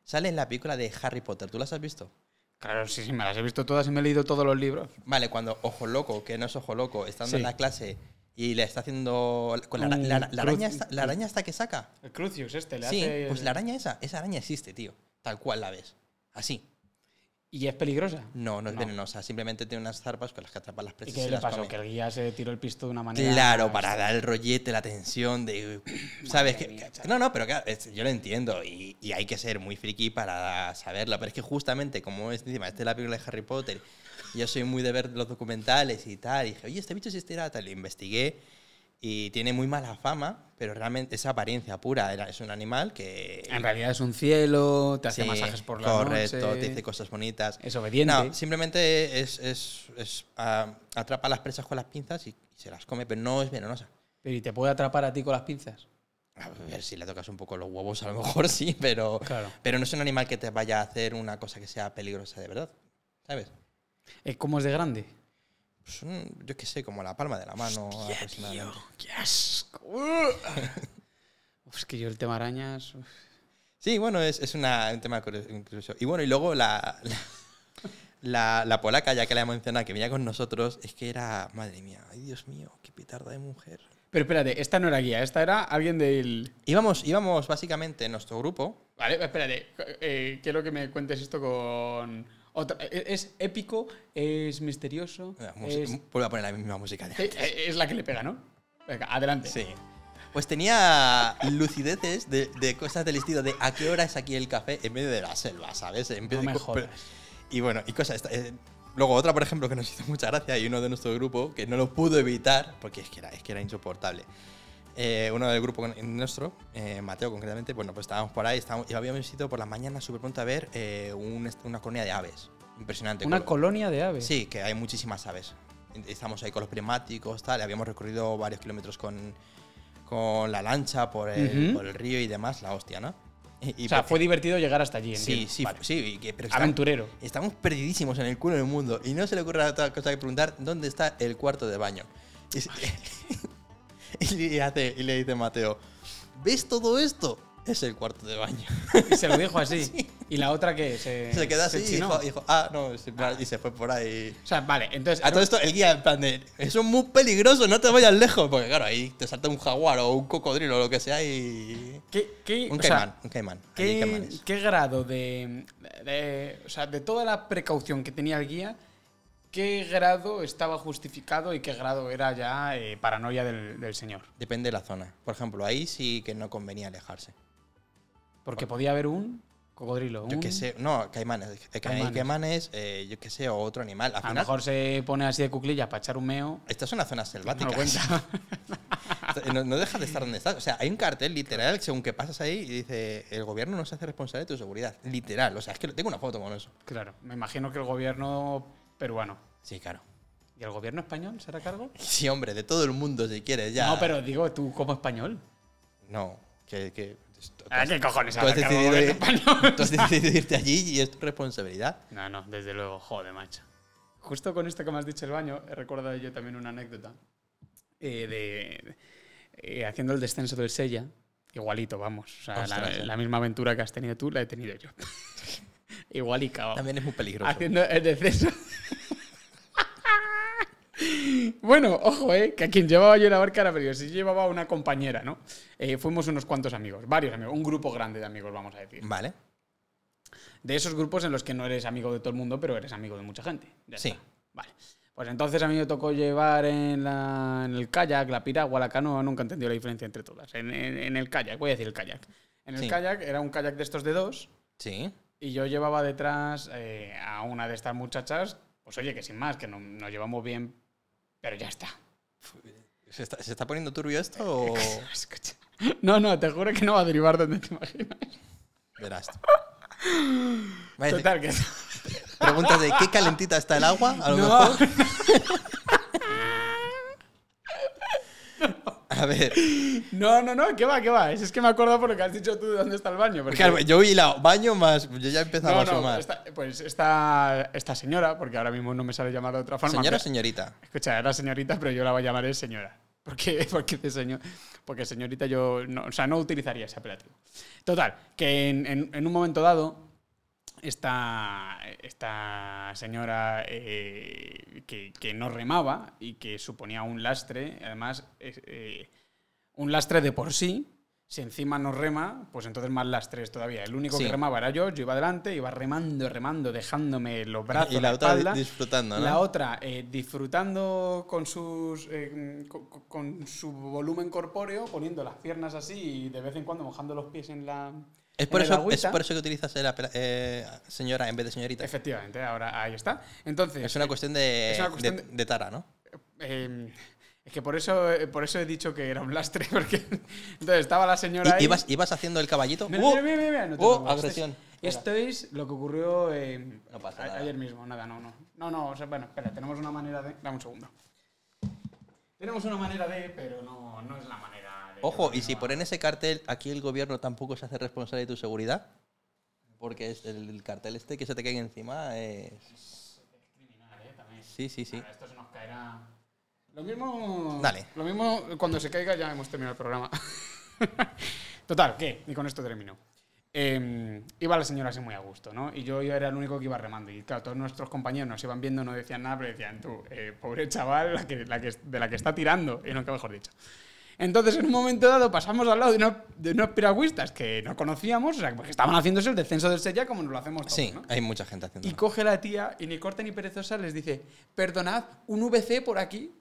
[SPEAKER 2] Sale en la película de Harry Potter, ¿tú las has visto?
[SPEAKER 1] Claro, sí, sí, me las he visto todas y me he leído todos los libros.
[SPEAKER 2] Vale, cuando Ojo Loco, que no es Ojo Loco, estando
[SPEAKER 1] Sí.
[SPEAKER 2] en la clase y le está haciendo. Con la, ara-
[SPEAKER 1] Un
[SPEAKER 2] la- la
[SPEAKER 1] cruz-
[SPEAKER 2] araña esta, la araña esta que saca.
[SPEAKER 1] El Crucius este le
[SPEAKER 2] Sí,
[SPEAKER 1] hace...
[SPEAKER 2] pues la araña esa, esa araña existe, tío. Tal cual la ves. Así.
[SPEAKER 1] Y es peligrosa.
[SPEAKER 2] No, no es
[SPEAKER 1] No.
[SPEAKER 2] venenosa, simplemente tiene unas zarpas con las que atrapan las
[SPEAKER 1] ¿Y
[SPEAKER 2] presas. y
[SPEAKER 1] qué
[SPEAKER 2] se
[SPEAKER 1] le
[SPEAKER 2] pues las
[SPEAKER 1] pasó?
[SPEAKER 2] come.
[SPEAKER 1] Que el guía se tiró el pisto de una manera...
[SPEAKER 2] Claro, para dar el rollete, la tensión de.
[SPEAKER 1] (clears throat)
[SPEAKER 2] ¿Sabes? Que,
[SPEAKER 1] mía,
[SPEAKER 2] que-
[SPEAKER 1] chaval.
[SPEAKER 2] no, no, pero claro, es- yo lo entiendo y, y hay que ser muy friki para saberlo. Pero es que justamente, como es encima, este es la película de Harry Potter, yo soy muy de ver los documentales y tal. Y dije, oye, este bicho existe, era tal. Lo investigué y tiene muy mala fama, pero realmente es apariencia pura. Era, es un animal que.
[SPEAKER 1] En realidad es un cielo, Ah, te hace
[SPEAKER 2] Sí,
[SPEAKER 1] masajes por la
[SPEAKER 2] correcto,
[SPEAKER 1] noche...
[SPEAKER 2] te dice cosas bonitas.
[SPEAKER 1] Es obediente.
[SPEAKER 2] No, simplemente es, es- es, ah, atrapa las presas con las pinzas y, y se las come, pero no es venenosa.
[SPEAKER 1] ¿Y te puede atrapar a ti con las pinzas?
[SPEAKER 2] A ver si le tocas un poco los huevos, a lo mejor (laughs) sí, pero,
[SPEAKER 1] Claro.
[SPEAKER 2] pero no es un animal que te vaya a hacer una cosa que sea peligrosa de verdad. ¿Sabes?
[SPEAKER 1] Eh, ¿Cómo (laughs) es de grande?
[SPEAKER 2] Pues un- yo qué sé, como la palma de pues la mano aproximadamente.
[SPEAKER 1] ¡Qué
[SPEAKER 2] (laughs)
[SPEAKER 1] asco! Uf, es que yo el tema arañas... uf.
[SPEAKER 2] Sí, bueno, es, es una- un tema curio- curioso. Y bueno, y luego la, la, la- la polaca, ya que la he mencionado, que venía con nosotros, es que era, madre mía, ay Dios mío, qué petarda de mujer.
[SPEAKER 1] Pero espérate, esta no era guía, esta era alguien del...
[SPEAKER 2] Íbamos, íbamos básicamente en nuestro grupo,
[SPEAKER 1] Vale, espérate, eh, quiero que me cuentes esto con... otra- eh, Es épico, es misterioso,
[SPEAKER 2] Mira, música-
[SPEAKER 1] es, (laughs)
[SPEAKER 2] Vuelvo a poner la misma música de
[SPEAKER 1] eh, eh, es la que le pega, ¿no? Venga, adelante.
[SPEAKER 2] Sí. Pues tenía lucideces de, de cosas del estilo de a qué hora es aquí el café en medio de la selva, ¿sabes? En vez
[SPEAKER 1] No me
[SPEAKER 2] de co-
[SPEAKER 1] jodas.
[SPEAKER 2] Y bueno, y cosas. eh, luego otra, por ejemplo, que nos (laughs) hizo mucha gracia y uno de nuestro grupo que no lo pudo evitar porque es que era, es que era insoportable. Eh, uno del grupo con- nuestro, eh, Mateo concretamente, bueno, pues estábamos por ahí, estábamos, y habíamos ido por la mañana súper pronto a ver eh, un est- una colonia de aves. Impresionante.
[SPEAKER 1] Una
[SPEAKER 2] Colo-
[SPEAKER 1] colonia de aves.
[SPEAKER 2] Sí, que hay muchísimas aves. Estamos ahí con los prismáticos, tal. Habíamos recorrido varios kilómetros con, con la lancha por el,
[SPEAKER 1] Ujú.
[SPEAKER 2] por el río y demás, la hostia, ¿no? (laughs) Y, y
[SPEAKER 1] O sea,
[SPEAKER 2] porque-
[SPEAKER 1] fue divertido llegar hasta allí.
[SPEAKER 2] Sí,
[SPEAKER 1] entiendo.
[SPEAKER 2] sí,
[SPEAKER 1] Vale.
[SPEAKER 2] sí. y que- pero estamos-
[SPEAKER 1] Aventurero.
[SPEAKER 2] Estamos perdidísimos en el culo del mundo y no se le ocurre otra cosa que preguntar dónde está el cuarto de baño. Y, se- (laughs) y le, hace- y le dice Mateo, ¿ves todo esto? Es el cuarto de baño.
[SPEAKER 1] Y se lo dijo
[SPEAKER 2] (laughs)
[SPEAKER 1] así. ¿Y la otra que Se,
[SPEAKER 2] se queda así y
[SPEAKER 1] chinó?
[SPEAKER 2] dijo, dijo, ah, no, se- y se fue por ahí.
[SPEAKER 1] O sea, vale, entonces.
[SPEAKER 2] A todo esto, el guía, en plan de, eso es muy peligroso, no te vayas lejos, porque claro, ahí te salta un jaguar o un cocodrilo o lo que sea y...
[SPEAKER 1] ¿Qué, qué-
[SPEAKER 2] Un
[SPEAKER 1] o sea,
[SPEAKER 2] caimán, un caimán. allí hay
[SPEAKER 1] ¿qué,
[SPEAKER 2] caimanes.
[SPEAKER 1] qué grado de, de- O sea, de toda la precaución que tenía el guía, ¿qué grado estaba justificado y qué grado era ya eh, paranoia del, del señor?
[SPEAKER 2] Depende de la zona. Por ejemplo, ahí sí que no convenía alejarse.
[SPEAKER 1] Porque podía haber un cocodrilo.
[SPEAKER 2] Yo
[SPEAKER 1] un-
[SPEAKER 2] qué sé, no, caimanes. eh, que hay
[SPEAKER 1] Uh. Caimanes.
[SPEAKER 2] caimanes, eh, yo qué sé, o otro animal. Al
[SPEAKER 1] A lo
[SPEAKER 2] final,
[SPEAKER 1] mejor se pone así de cuclillas para echar un meo.
[SPEAKER 2] esta es una zona
[SPEAKER 1] No
[SPEAKER 2] selvática.
[SPEAKER 1] lo
[SPEAKER 2] (laughs)
[SPEAKER 1] cuenta.
[SPEAKER 2] No, no dejas de estar donde estás. O sea, hay un cartel literal, según que pasas ahí, y dice, el gobierno no se hace responsable de tu seguridad. Literal. O sea, es que lo- tengo una foto con eso.
[SPEAKER 1] claro, me imagino que el gobierno peruano.
[SPEAKER 2] Sí, claro.
[SPEAKER 1] ¿Y el gobierno español será cargo?
[SPEAKER 2] (laughs) Sí, hombre, de todo el mundo, si quieres, ya.
[SPEAKER 1] No, pero digo, tú como español.
[SPEAKER 2] No, que... que esto-
[SPEAKER 1] Ah, ¿Qué cojones?
[SPEAKER 2] Tú has,
[SPEAKER 1] Ahora que
[SPEAKER 2] decidido
[SPEAKER 1] el
[SPEAKER 2] ir,
[SPEAKER 1] gobierno (laughs) español.
[SPEAKER 2] (laughs) tú has decidido irte allí y es tu responsabilidad.
[SPEAKER 1] No, no, desde luego, joder, macho. Justo con esto que me has dicho el baño, he recordado yo también una anécdota eh, de eh, haciendo el descenso del Sella. Igualito, vamos. O sea,
[SPEAKER 2] Ostras,
[SPEAKER 1] la,
[SPEAKER 2] eh.
[SPEAKER 1] la misma aventura que has tenido tú la he tenido yo. (laughs) Igualica, vamos.
[SPEAKER 2] También es muy peligroso.
[SPEAKER 1] haciendo el descenso. (laughs) bueno, ojo, eh, que a quien llevaba yo la barca era perdido. Si yo llevaba una compañera, ¿no? Eh, fuimos unos cuantos amigos, varios amigos, un grupo grande de amigos, vamos a decir.
[SPEAKER 2] Vale.
[SPEAKER 1] De esos grupos en los que no eres amigo de todo el mundo, pero eres amigo de mucha gente. Ya
[SPEAKER 2] Sí.
[SPEAKER 1] está. Vale. Pues entonces a mí me tocó llevar en, la- en el kayak, la piragua, la canoa, nunca he entendido la diferencia entre todas. En, en- en el kayak, voy a decir el kayak. En el
[SPEAKER 2] Sí.
[SPEAKER 1] kayak era un kayak de estos de dos
[SPEAKER 2] Sí.
[SPEAKER 1] y yo llevaba detrás eh, a una de estas muchachas Pues oye, que sin más, que no- nos llevamos bien, pero ya
[SPEAKER 2] (laughs)
[SPEAKER 1] está.
[SPEAKER 2] ¿Se está, se está poniendo turbio esto
[SPEAKER 1] (laughs)
[SPEAKER 2] o.?
[SPEAKER 1] Escucha. No, no, te juro que no va a derivar donde te imaginas.
[SPEAKER 2] Verás. Vaya,
[SPEAKER 1] Total, que...
[SPEAKER 2] Preguntas de qué calentita está el agua, a lo
[SPEAKER 1] No.
[SPEAKER 2] mejor. A ver,
[SPEAKER 1] No, no, no, ¿qué va, qué va? Es, es que me acuerdo por lo que has dicho tú de dónde está el baño. porque-
[SPEAKER 2] claro, yo vi la baño más. Yo ya empezaba
[SPEAKER 1] no,
[SPEAKER 2] a
[SPEAKER 1] no,
[SPEAKER 2] sumar.
[SPEAKER 1] esta- pues esta, esta señora, porque ahora mismo no me sale llamar de otra forma.
[SPEAKER 2] Señora o
[SPEAKER 1] pero-
[SPEAKER 2] señorita.
[SPEAKER 1] Escucha, era señorita, pero yo la voy a llamar señora. Porque, (laughs) porque, de señor, porque señorita yo no, o sea, no utilizaría ese apelativo. Total, que en, en- en un momento dado, esta, esta señora eh, que, que no remaba y que suponía un lastre, además, es- eh, un lastre de por sí, si encima no rema, pues entonces más lastres todavía. El único
[SPEAKER 2] Sí.
[SPEAKER 1] que remaba era yo, yo iba adelante, iba remando, remando, dejándome los brazos.
[SPEAKER 2] Y la otra di-
[SPEAKER 1] espalda.
[SPEAKER 2] disfrutando,
[SPEAKER 1] La
[SPEAKER 2] ¿no?
[SPEAKER 1] otra, eh, disfrutando con, sus, eh, con, con- con su volumen corpóreo, poniendo las piernas así y de vez en cuando mojando los pies en la.
[SPEAKER 2] Es por,
[SPEAKER 1] en el
[SPEAKER 2] eso, es
[SPEAKER 1] agüita.
[SPEAKER 2] por eso que utilizas el apela- eh, señora en vez de señorita.
[SPEAKER 1] Efectivamente, ahora ahí está. Entonces,
[SPEAKER 2] Es una cuestión de,
[SPEAKER 1] Es una cuestión
[SPEAKER 2] de-
[SPEAKER 1] de-
[SPEAKER 2] de tara, ¿no?
[SPEAKER 1] eh, es que por eso, eh, por eso he dicho que era un lastre, (laughs) porque. Entonces estaba la señora.
[SPEAKER 2] I-
[SPEAKER 1] ahí.
[SPEAKER 2] ibas, ibas haciendo el caballito.
[SPEAKER 1] Mira,
[SPEAKER 2] ¡Uh!
[SPEAKER 1] mira, mira, mira, no te
[SPEAKER 2] ¡Uh!
[SPEAKER 1] pongas.
[SPEAKER 2] Agresión.
[SPEAKER 1] Esto es, esto es lo que ocurrió eh,
[SPEAKER 2] No pasa
[SPEAKER 1] a-
[SPEAKER 2] nada.
[SPEAKER 1] ayer mismo. Nada, no, no. No, no, o sea, bueno, espera, tenemos una manera de. Dame un segundo. Tenemos una manera de, pero no, no es la manera de.
[SPEAKER 2] Ojo, y si ponen ese cartel, aquí el gobierno tampoco se hace responsable de tu seguridad. Porque es el, el cartel este que se te cae encima es.
[SPEAKER 1] Criminal, eh, también.
[SPEAKER 2] Sí, sí, sí.
[SPEAKER 1] Ahora, Esto se nos caerá. Lo mismo.
[SPEAKER 2] Dale.
[SPEAKER 1] Lo mismo cuando se caiga ya hemos terminado el programa. (laughs) Total, ¿qué? Y con esto termino. Eh, iba la señora así muy a gusto, ¿no? Y yo, yo era el único que iba remando. Y claro, todos nuestros compañeros nos iban viendo, no decían nada, pero decían, tú, eh, pobre chaval, la que, la que- de la que está tirando. Y nunca mejor dicho. Entonces, en un momento dado, pasamos al lado de, unos- de unos piragüistas que no conocíamos, o sea, que estaban haciéndose el descenso del Sella como nos lo hacemos todos,
[SPEAKER 2] Sí,
[SPEAKER 1] ¿no?
[SPEAKER 2] hay mucha gente haciendo.
[SPEAKER 1] Y coge la tía y ni corta ni perezosa les dice, perdonad, un VC por aquí.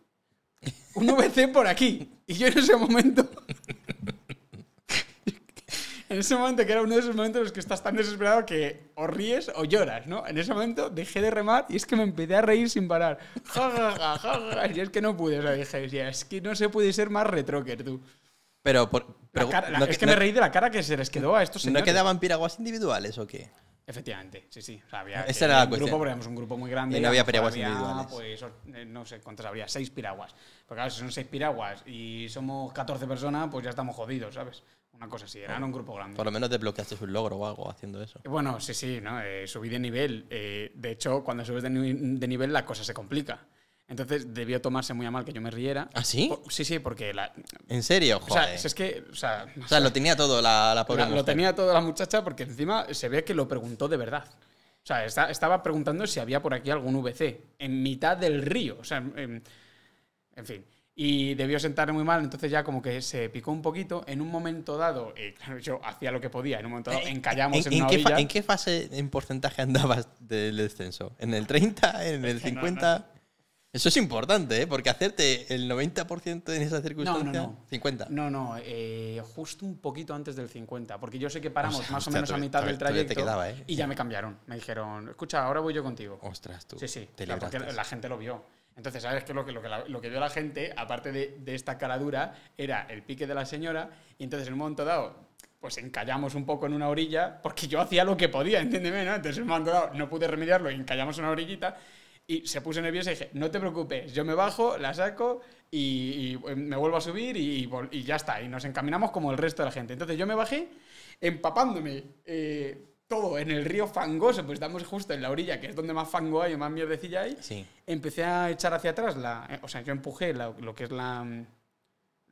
[SPEAKER 1] Un VC por aquí. Y yo en ese momento... (laughs) En ese momento, que era uno de esos momentos en los que estás tan desesperado que o ríes o lloras, ¿no? En ese momento dejé de remar y es que me empecé a reír sin parar. (laughs) Ja, ja, ja, ja, ja. Y es que no pude, o sea, dije, "Ya, es que no se puede ser más retroker, tú.
[SPEAKER 2] Pero, por,
[SPEAKER 1] La
[SPEAKER 2] pero
[SPEAKER 1] cara- la-
[SPEAKER 2] ¿no,
[SPEAKER 1] es
[SPEAKER 2] que-
[SPEAKER 1] que
[SPEAKER 2] no-
[SPEAKER 1] me reí de la cara que se les quedó a estos
[SPEAKER 2] ¿no
[SPEAKER 1] señores.
[SPEAKER 2] quedaban piraguas individuales o qué?
[SPEAKER 1] Efectivamente, sí, sí. O sea, había
[SPEAKER 2] Ah, Esa era la
[SPEAKER 1] un
[SPEAKER 2] cuestión.
[SPEAKER 1] Grupo, porque éramos un grupo muy grande.
[SPEAKER 2] Y no había
[SPEAKER 1] a lo mejor
[SPEAKER 2] piraguas individuales.
[SPEAKER 1] Pues, o- eh, no sé cuántas habría, seis piraguas. Pero claro, si son seis piraguas y somos 14 personas, pues ya estamos jodidos, ¿sabes? Una cosa así, eran un grupo grande.
[SPEAKER 2] Por lo menos desbloqueaste un logro o algo haciendo eso.
[SPEAKER 1] Y Bueno, sí, sí, ¿no? Eh, subí de nivel. Eh, de hecho, cuando subes de, ni- de nivel la cosa se complica. Entonces debió tomarse muy a mal que yo me riera.
[SPEAKER 2] ¿Ah, sí?
[SPEAKER 1] Por- sí, sí, porque la...
[SPEAKER 2] ¿En serio?
[SPEAKER 1] O sea,
[SPEAKER 2] Joder.
[SPEAKER 1] si es que... O sea,
[SPEAKER 2] O sea, lo tenía todo la, la pobre
[SPEAKER 1] La- lo
[SPEAKER 2] mujer.
[SPEAKER 1] tenía toda la muchacha porque encima se ve que lo preguntó de verdad. O sea, esta- estaba preguntando si había por aquí algún VC en mitad del río. O sea, en, en fin. Y debió sentarme muy mal, entonces ya como que se picó un poquito. En un momento dado, eh, claro, yo hacía lo que podía. En un momento dado,
[SPEAKER 2] Eh,
[SPEAKER 1] encallamos en,
[SPEAKER 2] ¿En,
[SPEAKER 1] una
[SPEAKER 2] qué fa-
[SPEAKER 1] orilla.
[SPEAKER 2] en qué fase, en porcentaje andabas del descenso? ¿En el 30? ¿En el 50? Eso es importante, ¿eh? Porque hacerte el 90% en esa circunstancia...
[SPEAKER 1] no.
[SPEAKER 2] 50.
[SPEAKER 1] No, no, eh, justo un poquito antes del 50, porque yo sé que paramos
[SPEAKER 2] O sea,
[SPEAKER 1] más o
[SPEAKER 2] hostia,
[SPEAKER 1] menos a
[SPEAKER 2] todavía-
[SPEAKER 1] mitad del
[SPEAKER 2] todavía-
[SPEAKER 1] trayecto
[SPEAKER 2] todavía te quedaba, ¿eh?
[SPEAKER 1] y ya me cambiaron. Me dijeron, escucha, ahora voy yo contigo.
[SPEAKER 2] Ostras, tú.
[SPEAKER 1] Sí, sí,
[SPEAKER 2] Te
[SPEAKER 1] claro, porque
[SPEAKER 2] libraste.
[SPEAKER 1] la gente lo vio. Entonces, ¿sabes qué? Lo que, lo que, la- lo que vio la gente, aparte de, de esta cara dura, era el pique de la señora. Y entonces, en un momento dado, pues encallamos un poco en una orilla, porque yo hacía lo que podía, entiéndeme, ¿no? Entonces, en un momento dado, no pude remediarlo y encallamos en una orillita. Y se puso nerviosa y dije, no te preocupes, yo me bajo, la saco y, y, eh, me vuelvo a subir y, vol- y ya está. Y nos encaminamos como el resto de la gente. Entonces yo me bajé empapándome eh, todo en el río fangoso, pues estamos justo en la orilla, que es donde más fango hay o más mierdecilla hay.
[SPEAKER 2] Sí.
[SPEAKER 1] Empecé a echar hacia atrás, la, eh, o sea, yo empujé la- lo que es la, mm,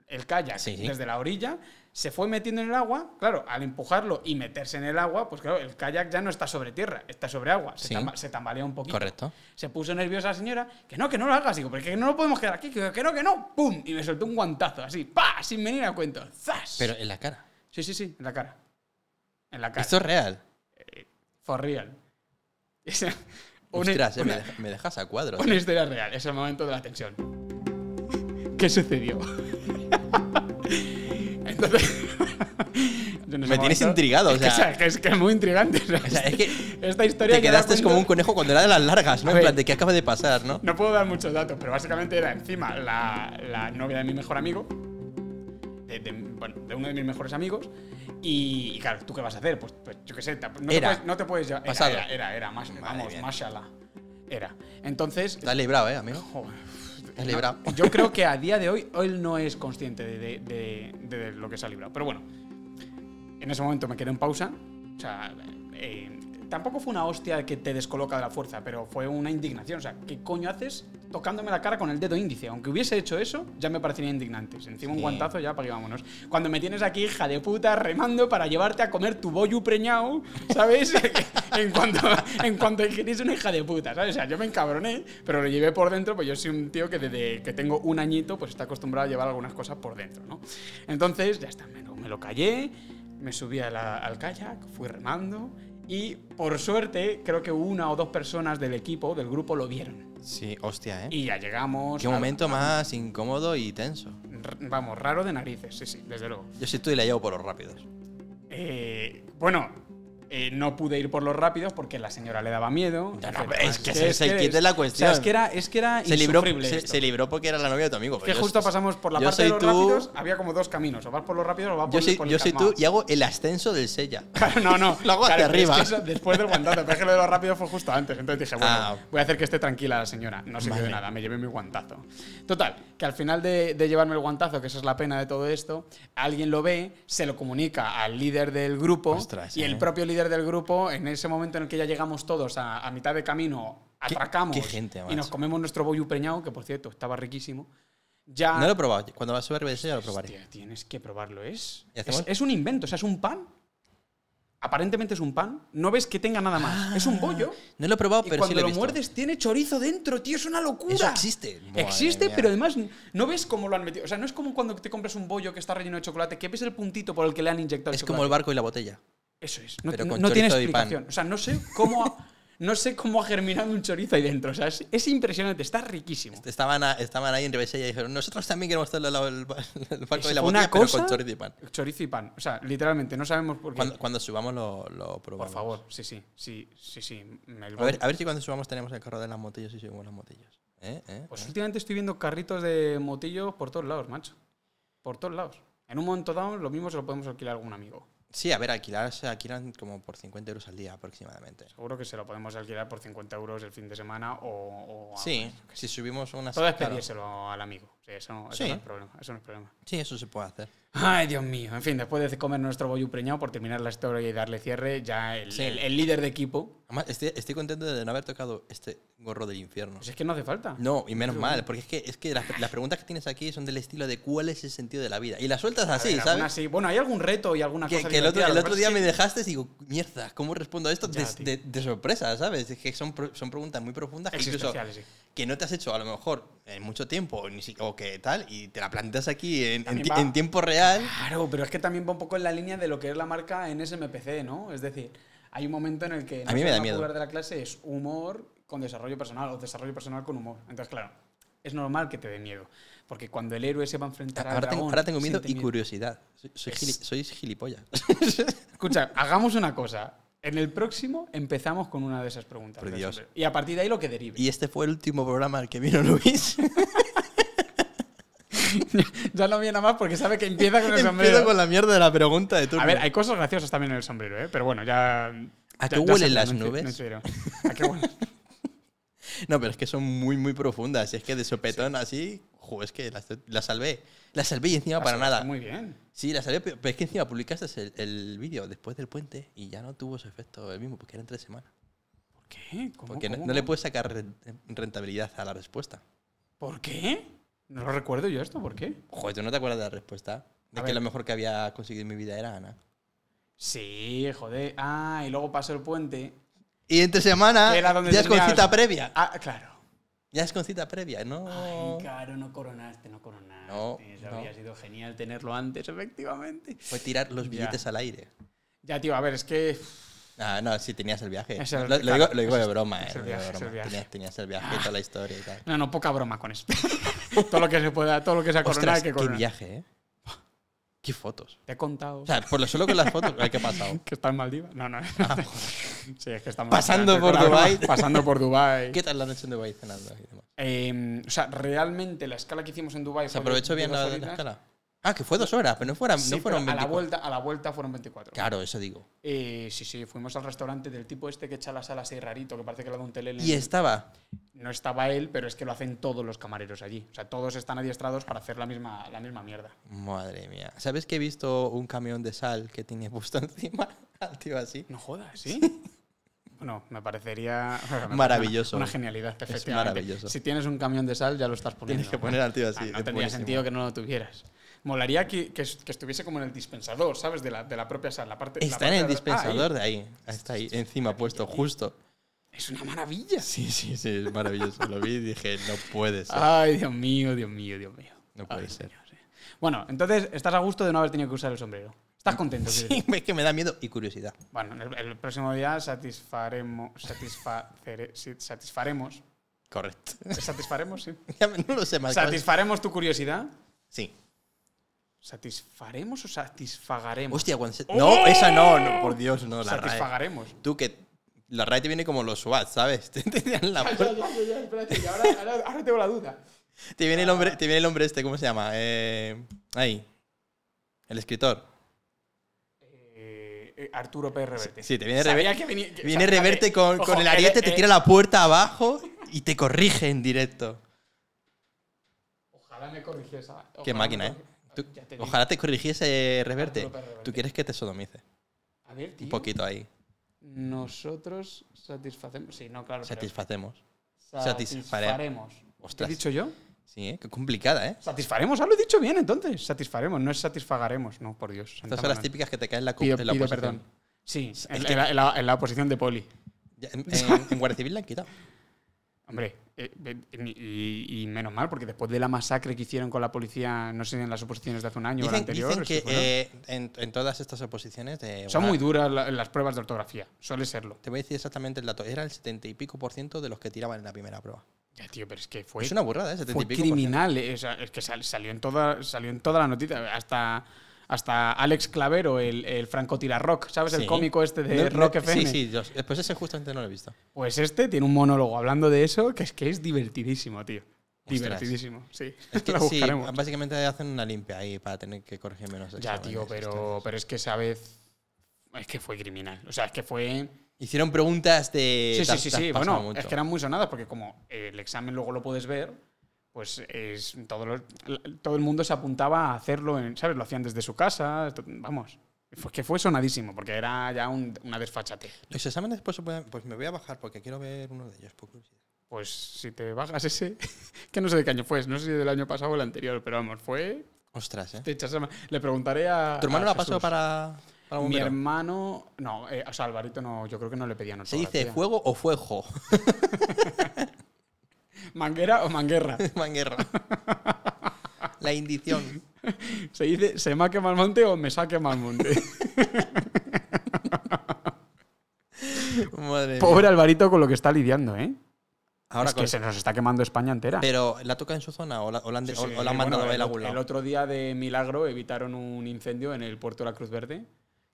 [SPEAKER 1] el kayak
[SPEAKER 2] Sí, sí.
[SPEAKER 1] desde la orilla, se fue metiendo en el agua, claro, al empujarlo y meterse en el agua, pues claro, el kayak ya no está sobre tierra, está sobre agua, se,
[SPEAKER 2] Sí.
[SPEAKER 1] tamba- se tambalea un poquito.
[SPEAKER 2] Correcto.
[SPEAKER 1] Se puso nerviosa la señora, que no, que no lo hagas, digo, porque no lo podemos quedar aquí, que, que no, que no, ¡pum! Y me soltó un guantazo, así, ¡pa! Sin venir a cuento, ¡zas!
[SPEAKER 2] Pero en la cara.
[SPEAKER 1] Sí, sí, sí, en la cara. En la cara.
[SPEAKER 2] Esto es real.
[SPEAKER 1] For real. (laughs) Es una,
[SPEAKER 2] Ostras, eh, me,
[SPEAKER 1] una-
[SPEAKER 2] deja- me dejas a cuadro.
[SPEAKER 1] una historia real, es el momento de la tensión. (laughs) ¿Qué sucedió? Entonces, (laughs) en ese
[SPEAKER 2] Me tienes
[SPEAKER 1] momento.
[SPEAKER 2] intrigado, o
[SPEAKER 1] (laughs) Es que,
[SPEAKER 2] sea.
[SPEAKER 1] que es que es muy intrigante. ¿no?
[SPEAKER 2] O sea, es que
[SPEAKER 1] Esta historia
[SPEAKER 2] te
[SPEAKER 1] que da
[SPEAKER 2] quedaste
[SPEAKER 1] cuenta-
[SPEAKER 2] como un conejo cuando era de las largas,
[SPEAKER 1] A
[SPEAKER 2] ¿no? En
[SPEAKER 1] ver.
[SPEAKER 2] plan, ¿de qué acaba de pasar, no?
[SPEAKER 1] No puedo dar muchos datos, pero básicamente era encima la, la novia de mi mejor amigo, de, de- bueno, de uno de mis mejores amigos, y, y claro, ¿tú qué vas a hacer? Pues, pues yo qué sé, tamp- no,
[SPEAKER 2] Era.
[SPEAKER 1] Te puedes, no te puedes llevar- era,
[SPEAKER 2] Pasado.
[SPEAKER 1] Era, era, era, más, vamos,
[SPEAKER 2] mía.
[SPEAKER 1] mashallah. Era. Entonces,
[SPEAKER 2] Te has librado, ¿eh, amigo?
[SPEAKER 1] Joder.
[SPEAKER 2] Te has librado.
[SPEAKER 1] Yo creo que a día de hoy él no es consciente de, de- de- de lo que se ha librado. Pero bueno, en ese momento me quedé en pausa. O sea, eh, tampoco fue una hostia que te descoloca de la fuerza, pero fue una indignación. O sea, ¿qué coño haces tocándome la cara con el dedo índice? Aunque hubiese hecho eso, ya me parecería indignante. Encima un
[SPEAKER 2] Sí.
[SPEAKER 1] guantazo, ya para que vámonos. Cuando me tienes aquí, hija de puta, remando para llevarte a comer tu bollo preñado, ¿sabes? (laughs) en cuanto en cuanto que eres una hija de puta, ¿sabes? O sea, yo me encabroné, pero lo llevé por dentro, pues yo soy un tío que desde que tengo un añito, pues está acostumbrado a llevar algunas cosas por dentro, ¿no? Entonces, ya está, me lo, me lo callé, me subí a la- al kayak, fui remando y por suerte creo que una o dos personas del equipo, del grupo, lo vieron.
[SPEAKER 2] Sí, hostia, ¿eh?
[SPEAKER 1] Y ya llegamos...
[SPEAKER 2] Qué
[SPEAKER 1] al-
[SPEAKER 2] momento más incómodo y tenso.
[SPEAKER 1] r- Vamos, raro de narices, sí, sí, desde luego.
[SPEAKER 2] Yo sí tú y la llevo por los rápidos.
[SPEAKER 1] Eh, bueno, eh, no pude ir por los rápidos porque la señora le daba miedo.
[SPEAKER 2] Ya, no,
[SPEAKER 1] etcétera.
[SPEAKER 2] es que ese es el kit de la
[SPEAKER 1] o sea,
[SPEAKER 2] cuestión.
[SPEAKER 1] es que era, es que era
[SPEAKER 2] Se libró,
[SPEAKER 1] insufrible
[SPEAKER 2] se,
[SPEAKER 1] esto.
[SPEAKER 2] se libró porque era la novia de tu amigo.
[SPEAKER 1] que
[SPEAKER 2] pero yo-
[SPEAKER 1] justo pasamos por la
[SPEAKER 2] yo
[SPEAKER 1] parte de
[SPEAKER 2] soy
[SPEAKER 1] los
[SPEAKER 2] tú-
[SPEAKER 1] rápidos, había como dos caminos, o vas por los rápidos o vas por,
[SPEAKER 2] Yo soy,
[SPEAKER 1] por el
[SPEAKER 2] yo soy tú
[SPEAKER 1] calmao.
[SPEAKER 2] y hago el ascenso del Sella.
[SPEAKER 1] Claro, no, no.
[SPEAKER 2] (laughs) Lo hago
[SPEAKER 1] Claro,
[SPEAKER 2] hacia
[SPEAKER 1] pero es
[SPEAKER 2] arriba.
[SPEAKER 1] que eso después del guantazo, pero es que lo de los rápidos fue justo antes. Entonces dije, bueno,
[SPEAKER 2] Ah.
[SPEAKER 1] voy a hacer que esté tranquila la señora. No se quede
[SPEAKER 2] Vale.
[SPEAKER 1] nada, me llevé mi guantazo. Total, que al final de, de llevarme el guantazo, que esa es la pena de todo esto, alguien lo ve, se lo comunica al líder del grupo
[SPEAKER 2] Ostras,
[SPEAKER 1] y
[SPEAKER 2] eh.
[SPEAKER 1] el propio líder del grupo, en ese momento en el que ya llegamos todos a, a mitad de camino,
[SPEAKER 2] Qué-
[SPEAKER 1] atracamos
[SPEAKER 2] qué gente,
[SPEAKER 1] y
[SPEAKER 2] macho.
[SPEAKER 1] nos comemos nuestro bollo preñado, que por cierto, estaba riquísimo. Ya
[SPEAKER 2] No lo he probado. Cuando vas a subir arriba del Sella lo probaré.
[SPEAKER 1] Ah. Hostia, tienes que probarlo. Es,
[SPEAKER 2] ¿Y
[SPEAKER 1] es,
[SPEAKER 2] hacemos?
[SPEAKER 1] es un invento, o sea, es un pan. Aparentemente es un pan. No ves que tenga nada más. es un bollo.
[SPEAKER 2] No lo he probado,
[SPEAKER 1] Y
[SPEAKER 2] Ah. pero
[SPEAKER 1] cuando
[SPEAKER 2] sí lo he
[SPEAKER 1] lo
[SPEAKER 2] visto.
[SPEAKER 1] muerdes tiene chorizo dentro, tío. Es una locura.
[SPEAKER 2] Eso existe. Madre
[SPEAKER 1] existe,
[SPEAKER 2] mía.
[SPEAKER 1] pero además no ves cómo lo han metido. O sea, no es como cuando te compras un bollo que está relleno de chocolate, que ves el puntito por el que le han inyectado
[SPEAKER 2] Es
[SPEAKER 1] el
[SPEAKER 2] como el
[SPEAKER 1] chocolate.
[SPEAKER 2] barco y la botella.
[SPEAKER 1] Eso es. No,
[SPEAKER 2] pero
[SPEAKER 1] no-
[SPEAKER 2] con
[SPEAKER 1] no tiene
[SPEAKER 2] chorizo y pan.
[SPEAKER 1] explicación. O sea, no sé cómo ha, no sé cómo ha germinado un chorizo ahí dentro. O sea, es, es impresionante. Está riquísimo.
[SPEAKER 2] Estaban, a- estaban ahí en Ribesella y dijeron, nosotros también queremos hacer el, el- (laughs) el barco y
[SPEAKER 1] Es una
[SPEAKER 2] la botella, pero
[SPEAKER 1] cosa-
[SPEAKER 2] con chorizo y pan.
[SPEAKER 1] Chorizo y pan. O sea, literalmente, no sabemos por qué.
[SPEAKER 2] Cuando, cuando subamos lo, lo
[SPEAKER 1] Por
[SPEAKER 2] probamos.
[SPEAKER 1] favor, sí, sí, sí, sí, sí. me lo-
[SPEAKER 2] A ver, a ver si cuando subamos tenemos el carro de las motillas y subimos las motillas. ¿Eh? ¿Eh?
[SPEAKER 1] Pues últimamente estoy viendo carritos de motillo por todos lados, macho. Por todos lados. En un momento dado, lo mismo se lo podemos alquilar a algún amigo.
[SPEAKER 2] Sí, a ver, alquilar se alquilan como por 50 euros al día aproximadamente.
[SPEAKER 1] Seguro que se lo podemos alquilar por 50 euros el fin de semana o. o a-
[SPEAKER 2] Sí, si subimos unas...
[SPEAKER 1] Todo es
[SPEAKER 2] claro.
[SPEAKER 1] pedírselo al amigo. Sí, eso, no- eso
[SPEAKER 2] Sí.
[SPEAKER 1] no es problema. Eso no es problema.
[SPEAKER 2] Sí, eso se puede hacer.
[SPEAKER 1] Ay, Dios mío. En fin, después de comer nuestro bollo preñado, por terminar la historia y darle cierre, ya el,
[SPEAKER 2] Sí.
[SPEAKER 1] el- el líder de equipo.
[SPEAKER 2] Además, estoy, estoy contento de no haber tocado este gorro del infierno.
[SPEAKER 1] Pues es que no hace falta.
[SPEAKER 2] No, y menos mal, porque es que, es que las, las preguntas que tienes aquí son del estilo de cuál es el sentido de la vida. Y las sueltas
[SPEAKER 1] A
[SPEAKER 2] así,
[SPEAKER 1] ver, alguna
[SPEAKER 2] ¿sabes?
[SPEAKER 1] sí. Bueno, hay algún reto y alguna
[SPEAKER 2] Que,
[SPEAKER 1] cosa.
[SPEAKER 2] que el otro,
[SPEAKER 1] divertida,
[SPEAKER 2] el
[SPEAKER 1] lo que
[SPEAKER 2] otro
[SPEAKER 1] pasa
[SPEAKER 2] día
[SPEAKER 1] es
[SPEAKER 2] me
[SPEAKER 1] que-
[SPEAKER 2] dejaste y digo, mierda, ¿cómo respondo a esto?
[SPEAKER 1] Ya,
[SPEAKER 2] de,
[SPEAKER 1] tío.
[SPEAKER 2] de- de sorpresa, ¿sabes? Es que son, pro- son preguntas muy profundas que incluso
[SPEAKER 1] Existenciales, sí.
[SPEAKER 2] que no te has hecho a lo mejor en mucho tiempo ni si- o que tal, y te la planteas aquí en, en
[SPEAKER 1] También
[SPEAKER 2] ti-
[SPEAKER 1] va-
[SPEAKER 2] en tiempo real.
[SPEAKER 1] Claro, pero es que también va un poco en la línea de lo que es la marca en SMPC, ¿no? Es decir, hay un momento en el que
[SPEAKER 2] A mí me da
[SPEAKER 1] norma
[SPEAKER 2] miedo.
[SPEAKER 1] popular de la clase es humor con desarrollo personal o desarrollo personal con humor. Entonces, claro, es normal que te dé miedo, porque cuando el héroe se va a enfrentar al
[SPEAKER 2] Ahora tengo,
[SPEAKER 1] dragón,
[SPEAKER 2] ahora tengo miedo
[SPEAKER 1] siente
[SPEAKER 2] y curiosidad. Soy, soy
[SPEAKER 1] Es-
[SPEAKER 2] gili- sois gilipollas.
[SPEAKER 1] Escucha, hagamos una cosa. En el próximo empezamos con una de esas preguntas.
[SPEAKER 2] Por
[SPEAKER 1] de
[SPEAKER 2] Dios.
[SPEAKER 1] siempre. Y a partir de ahí lo que derive.
[SPEAKER 2] (laughs) y este fue el último programa al que vino Luis.
[SPEAKER 1] (laughs) ya no viene a más porque sabe que empieza
[SPEAKER 2] (laughs)
[SPEAKER 1] con el sombrero.
[SPEAKER 2] Empiezo con la mierda de la pregunta de turno.
[SPEAKER 1] A ver, hay cosas graciosas también en el sombrero, ¿eh? Pero bueno, ya...
[SPEAKER 2] ¿A
[SPEAKER 1] ya-
[SPEAKER 2] qué
[SPEAKER 1] ya
[SPEAKER 2] huelen
[SPEAKER 1] sabemos, no
[SPEAKER 2] las
[SPEAKER 1] en-
[SPEAKER 2] nubes?
[SPEAKER 1] no en serio. ¿A qué
[SPEAKER 2] (laughs)
[SPEAKER 1] huelen?
[SPEAKER 2] No, pero es que son muy, muy profundas. Y es que de sopetón así, jo, es que la, la salvé. La salvé y encima para nada.
[SPEAKER 1] Muy bien.
[SPEAKER 2] Sí, la salvé, pero pero es que encima publicaste el, el vídeo después del puente y ya no tuvo su efecto el mismo, porque eran tres semanas.
[SPEAKER 1] ¿Por qué? ¿Cómo,
[SPEAKER 2] Porque no,
[SPEAKER 1] cómo,
[SPEAKER 2] no le
[SPEAKER 1] cómo?
[SPEAKER 2] puedes sacar re- rentabilidad a la respuesta.
[SPEAKER 1] ¿Por qué? No lo recuerdo yo esto, ¿por qué?
[SPEAKER 2] Joder, ¿tú no te acuerdas de la respuesta? De
[SPEAKER 1] A
[SPEAKER 2] que
[SPEAKER 1] ver.
[SPEAKER 2] lo mejor que había conseguido en mi vida era Ana.
[SPEAKER 1] Sí, joder. Ah, y luego pasó el puente.
[SPEAKER 2] Y entre semana
[SPEAKER 1] Que era donde
[SPEAKER 2] ya es con
[SPEAKER 1] tenías-
[SPEAKER 2] cita previa.
[SPEAKER 1] Ah, claro.
[SPEAKER 2] Ya es con cita previa, ¿no?
[SPEAKER 1] Ay, claro, no coronaste, no coronaste.
[SPEAKER 2] No,
[SPEAKER 1] Eso
[SPEAKER 2] no.
[SPEAKER 1] habría sido genial tenerlo antes, efectivamente.
[SPEAKER 2] Fue tirar los billetes al aire.
[SPEAKER 1] Ya, tío, a ver, es que.
[SPEAKER 2] Ah, no, sí, tenías el viaje.
[SPEAKER 1] Es el-
[SPEAKER 2] lo, lo digo, lo digo de broma,
[SPEAKER 1] es el
[SPEAKER 2] eh. lo digo de
[SPEAKER 1] viaje, es el
[SPEAKER 2] broma.
[SPEAKER 1] viaje. Ah.
[SPEAKER 2] Tenías, tenías el viaje y toda la historia y tal.
[SPEAKER 1] No, (laughs) no, poca broma con eso. todo lo que se pueda, todo lo que sea coronar,
[SPEAKER 2] Ostras,
[SPEAKER 1] que
[SPEAKER 2] qué
[SPEAKER 1] coronar.
[SPEAKER 2] viaje, ¿eh? ¿Qué fotos?
[SPEAKER 1] Te he contado
[SPEAKER 2] O sea, por lo solo con
[SPEAKER 1] (laughs)
[SPEAKER 2] las fotos, ay, ¿qué ha pasado?
[SPEAKER 1] que está en Maldivas. No, (laughs) no. sí, es que estamos
[SPEAKER 2] Pasando
[SPEAKER 1] antes
[SPEAKER 2] por
[SPEAKER 1] de la broma,
[SPEAKER 2] Dubái.
[SPEAKER 1] Pasando por Dubái.
[SPEAKER 2] ¿Qué tal la noche en Dubái cenando y demás?
[SPEAKER 1] Eh, o sea, realmente la escala que hicimos en Dubái
[SPEAKER 2] ¿Se
[SPEAKER 1] fue de
[SPEAKER 2] aprovechó bien
[SPEAKER 1] dos
[SPEAKER 2] la,
[SPEAKER 1] horitas.
[SPEAKER 2] la escala? Ah, que fue dos horas, pero no, fueran,
[SPEAKER 1] Sí,
[SPEAKER 2] no fueron
[SPEAKER 1] pero a la
[SPEAKER 2] 24.
[SPEAKER 1] vuelta a la vuelta fueron 24.
[SPEAKER 2] Claro, eso digo.
[SPEAKER 1] Eh, sí, sí, fuimos al restaurante del tipo este que echa las alas y rarito, que parece que le ha dado un telele.
[SPEAKER 2] Y estaba.
[SPEAKER 1] No estaba él, pero es que lo hacen todos los camareros allí. O sea, todos están adiestrados para hacer la misma, la misma mierda.
[SPEAKER 2] Madre mía. ¿Sabes que he visto un camión de sal que tiene puesto (laughs) encima al tío así?
[SPEAKER 1] No jodas, ¿sí? (laughs) Bueno, me parecería (laughs) me parece
[SPEAKER 2] Maravilloso.
[SPEAKER 1] Una, una genialidad, efectivamente.
[SPEAKER 2] maravilloso.
[SPEAKER 1] Si tienes un camión de sal, ya lo estás poniendo.
[SPEAKER 2] Tienes que poner al tío así,
[SPEAKER 1] Ah, no
[SPEAKER 2] es
[SPEAKER 1] tendría
[SPEAKER 2] buenísimo.
[SPEAKER 1] sentido que no lo tuvieras. Molaría que, que es- que estuviese como en el dispensador, ¿sabes? De la, de la propia sal. La parte, la
[SPEAKER 2] Está
[SPEAKER 1] parte
[SPEAKER 2] en el
[SPEAKER 1] de- ah, ahí.
[SPEAKER 2] dispensador de ahí. Está ahí, encima puesto, justo.
[SPEAKER 1] Ah, Es una maravilla.
[SPEAKER 2] Sí, sí, sí, es maravilloso. Lo vi y dije, no
[SPEAKER 1] (laughs)
[SPEAKER 2] puede ser.
[SPEAKER 1] Ay, Dios mío, Dios mío, Dios mío.
[SPEAKER 2] No puede
[SPEAKER 1] Ay,
[SPEAKER 2] ser.
[SPEAKER 1] señor, sí. Bueno, entonces estás a gusto de no haber tenido que usar el sombrero. ¿Estás contento? quiero
[SPEAKER 2] Sí,
[SPEAKER 1] decir?
[SPEAKER 2] (laughs) es que me da miedo y curiosidad.
[SPEAKER 1] Bueno, en el, el próximo día satisfaremos. Satisfacere, sí, satisfaremos.
[SPEAKER 2] Correcto.
[SPEAKER 1] Satisfaremos, sí.
[SPEAKER 2] (laughs) Ya me- no lo sé más.
[SPEAKER 1] Satisfaremos tu curiosidad.
[SPEAKER 2] Sí.
[SPEAKER 1] ¿Satisfaremos o satisfagaremos?
[SPEAKER 2] Hostia, cuando se-
[SPEAKER 1] ¡Oh!
[SPEAKER 2] No, esa no, no, por Dios, no, la RAE.
[SPEAKER 1] satisfagaremos.
[SPEAKER 2] Tú que. La RAE te viene como los SWAT, ¿sabes? (laughs) Te, te dan la
[SPEAKER 1] Ya,
[SPEAKER 2] puerta.
[SPEAKER 1] ya, ya, ya, espérate, que ahora, ahora- ahora tengo la duda.
[SPEAKER 2] Te viene el hombre, te viene el hombre este, ¿cómo se llama? Eh, ahí. El escritor.
[SPEAKER 1] Eh, eh, Arturo P. Reverte.
[SPEAKER 2] Sí, te viene
[SPEAKER 1] Sabía
[SPEAKER 2] Reverte.
[SPEAKER 1] que venía- que-
[SPEAKER 2] Viene
[SPEAKER 1] sabía que-
[SPEAKER 2] Reverte con,
[SPEAKER 1] ojo,
[SPEAKER 2] con el
[SPEAKER 1] eh,
[SPEAKER 2] ariete, te
[SPEAKER 1] eh,
[SPEAKER 2] tira la puerta abajo y te corrige en directo.
[SPEAKER 1] Ojalá me corrigiese. ojalá
[SPEAKER 2] Qué
[SPEAKER 1] me
[SPEAKER 2] máquina, ¿eh?
[SPEAKER 1] corrigiese.
[SPEAKER 2] Tú-
[SPEAKER 1] Ya te digo.
[SPEAKER 2] ojalá te corrigiese Reverte.
[SPEAKER 1] Arturo Pérez Reverte.
[SPEAKER 2] Tú quieres que te sodomice.
[SPEAKER 1] A ver, tío.
[SPEAKER 2] Un poquito ahí.
[SPEAKER 1] Nosotros satisfacemos. Sí, no, claro. pero
[SPEAKER 2] Satisfacemos.
[SPEAKER 1] satisfaremos. ¿Qué he
[SPEAKER 2] Ostras.
[SPEAKER 1] dicho yo?
[SPEAKER 2] Sí, ¿eh? Qué complicada, ¿eh?
[SPEAKER 1] Satisfaremos, ah, lo he dicho bien entonces. Satisfaremos, no es satisfagaremos, no, por Dios. santa
[SPEAKER 2] Estas son las
[SPEAKER 1] Manon.
[SPEAKER 2] típicas que te caen en la, co-
[SPEAKER 1] Pido,
[SPEAKER 2] en la
[SPEAKER 1] pido
[SPEAKER 2] oposición.
[SPEAKER 1] perdón. Sí, en,
[SPEAKER 2] Es que-
[SPEAKER 1] en la, en la- en la oposición de Poli.
[SPEAKER 2] Ya, en, en- en Guardia Civil la han
[SPEAKER 1] (laughs)
[SPEAKER 2] quitado.
[SPEAKER 1] Hombre, eh, eh, y, y menos mal, porque después de la masacre que hicieron con la policía, no sé, en las oposiciones de hace un año o la
[SPEAKER 2] Dicen,
[SPEAKER 1] anterior,
[SPEAKER 2] dicen
[SPEAKER 1] es
[SPEAKER 2] que
[SPEAKER 1] fueron-
[SPEAKER 2] eh, ah. en, en todas estas oposiciones de
[SPEAKER 1] son
[SPEAKER 2] Guardia-
[SPEAKER 1] muy duras la- las pruebas de ortografía, suele serlo.
[SPEAKER 2] Te voy a decir exactamente el dato. Era el 70 y pico por ciento de los que tiraban en la primera prueba.
[SPEAKER 1] Ya, tío, pero es que fue,
[SPEAKER 2] es una burrada, ¿eh? 70
[SPEAKER 1] fue
[SPEAKER 2] y pico por ciento.
[SPEAKER 1] criminal. eh, o sea, es que sal- salió, en toda, salió en toda la noticia. Hasta, hasta Alex Clavero, el, el francotirarrock, ¿sabes?
[SPEAKER 2] Sí.
[SPEAKER 1] El cómico este de
[SPEAKER 2] No, no,
[SPEAKER 1] Rock FM.
[SPEAKER 2] Sí, sí. yo- pues ese justamente no lo
[SPEAKER 1] (laughs)
[SPEAKER 2] he visto.
[SPEAKER 1] Pues este tiene un monólogo hablando de eso que es que es divertidísimo, tío.
[SPEAKER 2] Ostras.
[SPEAKER 1] Divertidísimo, sí.
[SPEAKER 2] Es que
[SPEAKER 1] (laughs) Lo
[SPEAKER 2] sí,
[SPEAKER 1] buscaremos.
[SPEAKER 2] básicamente hacen una limpia ahí para tener que corregir menos.
[SPEAKER 1] Ya,
[SPEAKER 2] exámenes,
[SPEAKER 1] tío, pero,
[SPEAKER 2] entonces.
[SPEAKER 1] pero es que esa vez. Es que fue criminal. O sea, es que fue.
[SPEAKER 2] Hicieron preguntas de.
[SPEAKER 1] Sí,
[SPEAKER 2] te
[SPEAKER 1] sí,
[SPEAKER 2] has-
[SPEAKER 1] sí,
[SPEAKER 2] te has
[SPEAKER 1] sí.
[SPEAKER 2] pasado
[SPEAKER 1] Bueno,
[SPEAKER 2] mucho.
[SPEAKER 1] es que eran muy sonadas porque como eh, el examen luego lo puedes ver, pues es todo, lo- todo el mundo se apuntaba a hacerlo, en, ¿sabes? Lo hacían desde su casa, esto- vamos. Fue que fue sonadísimo porque era ya un- una desfachate.
[SPEAKER 2] Los exámenes después se pueden. Pues me voy a bajar porque quiero ver uno de ellos. por curiosidad.
[SPEAKER 1] Pues si te bajas ese, (laughs) que no sé de qué año fue, no sé si del año pasado o el anterior, pero vamos, fue
[SPEAKER 2] Ostras, ¿eh?
[SPEAKER 1] Te echas a ma- Le preguntaré a.
[SPEAKER 2] ¿Tu hermano
[SPEAKER 1] a
[SPEAKER 2] la
[SPEAKER 1] Este-
[SPEAKER 2] pasó
[SPEAKER 1] ah, Jesús.
[SPEAKER 2] para, para
[SPEAKER 1] Mi
[SPEAKER 2] bombero?
[SPEAKER 1] hermano. No, eh, o sea, Alvarito no, yo creo que no le pedían
[SPEAKER 2] ¿Se dice
[SPEAKER 1] ortografía.
[SPEAKER 2] fuego o fuego? (laughs)
[SPEAKER 1] ¿Manguera o
[SPEAKER 2] (laughs)
[SPEAKER 1] manguerra?
[SPEAKER 2] Manguerra. la indición.
[SPEAKER 1] Se dice se me quema el monte o me saque mal monte.
[SPEAKER 2] Madre
[SPEAKER 1] (laughs)
[SPEAKER 2] mía.
[SPEAKER 1] Pobre Alvarito con lo que está lidiando, ¿eh?
[SPEAKER 2] Ahora
[SPEAKER 1] es que
[SPEAKER 2] con-
[SPEAKER 1] se nos está quemando España entera.
[SPEAKER 2] Pero la toca en su zona o la, o la han, de-
[SPEAKER 1] Sí, sí,
[SPEAKER 2] o- o la han
[SPEAKER 1] bueno,
[SPEAKER 2] mandado a él
[SPEAKER 1] el,
[SPEAKER 2] a
[SPEAKER 1] ot-
[SPEAKER 2] algún
[SPEAKER 1] el
[SPEAKER 2] lado.
[SPEAKER 1] otro día de milagro evitaron un incendio en el puerto de la Cruz Verde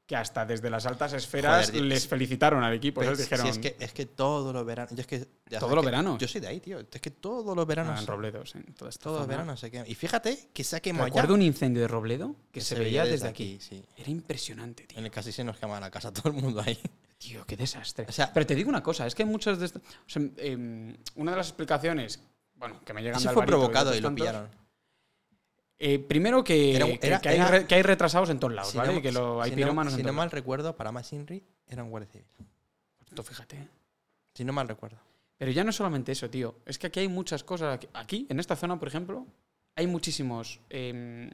[SPEAKER 1] que hasta desde las altas esferas
[SPEAKER 2] Joder, tío,
[SPEAKER 1] les
[SPEAKER 2] sí.
[SPEAKER 1] felicitaron al equipo.
[SPEAKER 2] Pero
[SPEAKER 1] ¿sabes?
[SPEAKER 2] si- Pues si
[SPEAKER 1] Dijeron,
[SPEAKER 2] es, que, es que todos los veranos. Yo es que, ya
[SPEAKER 1] Todos
[SPEAKER 2] sabes
[SPEAKER 1] los
[SPEAKER 2] que
[SPEAKER 1] veranos.
[SPEAKER 2] Yo soy de ahí, tío. Es que todos los
[SPEAKER 1] "Ah,
[SPEAKER 2] veranos.
[SPEAKER 1] en Robledos, en toda esta
[SPEAKER 2] todos los
[SPEAKER 1] zona".
[SPEAKER 2] veranos se queman. Y fíjate que se ha quemado ya.
[SPEAKER 1] Recuerdo un incendio de Robledo que se, veía desde, aquí.
[SPEAKER 2] sí.
[SPEAKER 1] Era impresionante, tío.
[SPEAKER 2] En el casi se nos quema la casa (laughs) todo el mundo ahí.
[SPEAKER 1] Tío, qué desastre.
[SPEAKER 2] O sea-
[SPEAKER 1] pero te digo una cosa, es que hay muchas de estas. o sea, em, una de las explicaciones, bueno, que me llegan de
[SPEAKER 2] Eso fue
[SPEAKER 1] Alvarito y
[SPEAKER 2] provocado
[SPEAKER 1] otros
[SPEAKER 2] y lo
[SPEAKER 1] tantos,
[SPEAKER 2] pillaron.
[SPEAKER 1] eh, primero que,
[SPEAKER 2] Era un-
[SPEAKER 1] que-
[SPEAKER 2] era-
[SPEAKER 1] que hay
[SPEAKER 2] era-
[SPEAKER 1] re- que hay retrasados en todos lados,
[SPEAKER 2] Si
[SPEAKER 1] ¿vale?
[SPEAKER 2] no-
[SPEAKER 1] que lo, hay
[SPEAKER 2] si no-
[SPEAKER 1] pirómanos
[SPEAKER 2] si
[SPEAKER 1] en
[SPEAKER 2] no
[SPEAKER 1] todos
[SPEAKER 2] mal recuerdo, para Masinri era un guardia civil.
[SPEAKER 1] lados. Tú fíjate. ¿eh?
[SPEAKER 2] Si no mal recuerdo.
[SPEAKER 1] Pero ya no es solamente eso, tío. Es que aquí hay muchas cosas. Aquí, aquí, en esta zona, por ejemplo, hay muchísimos em,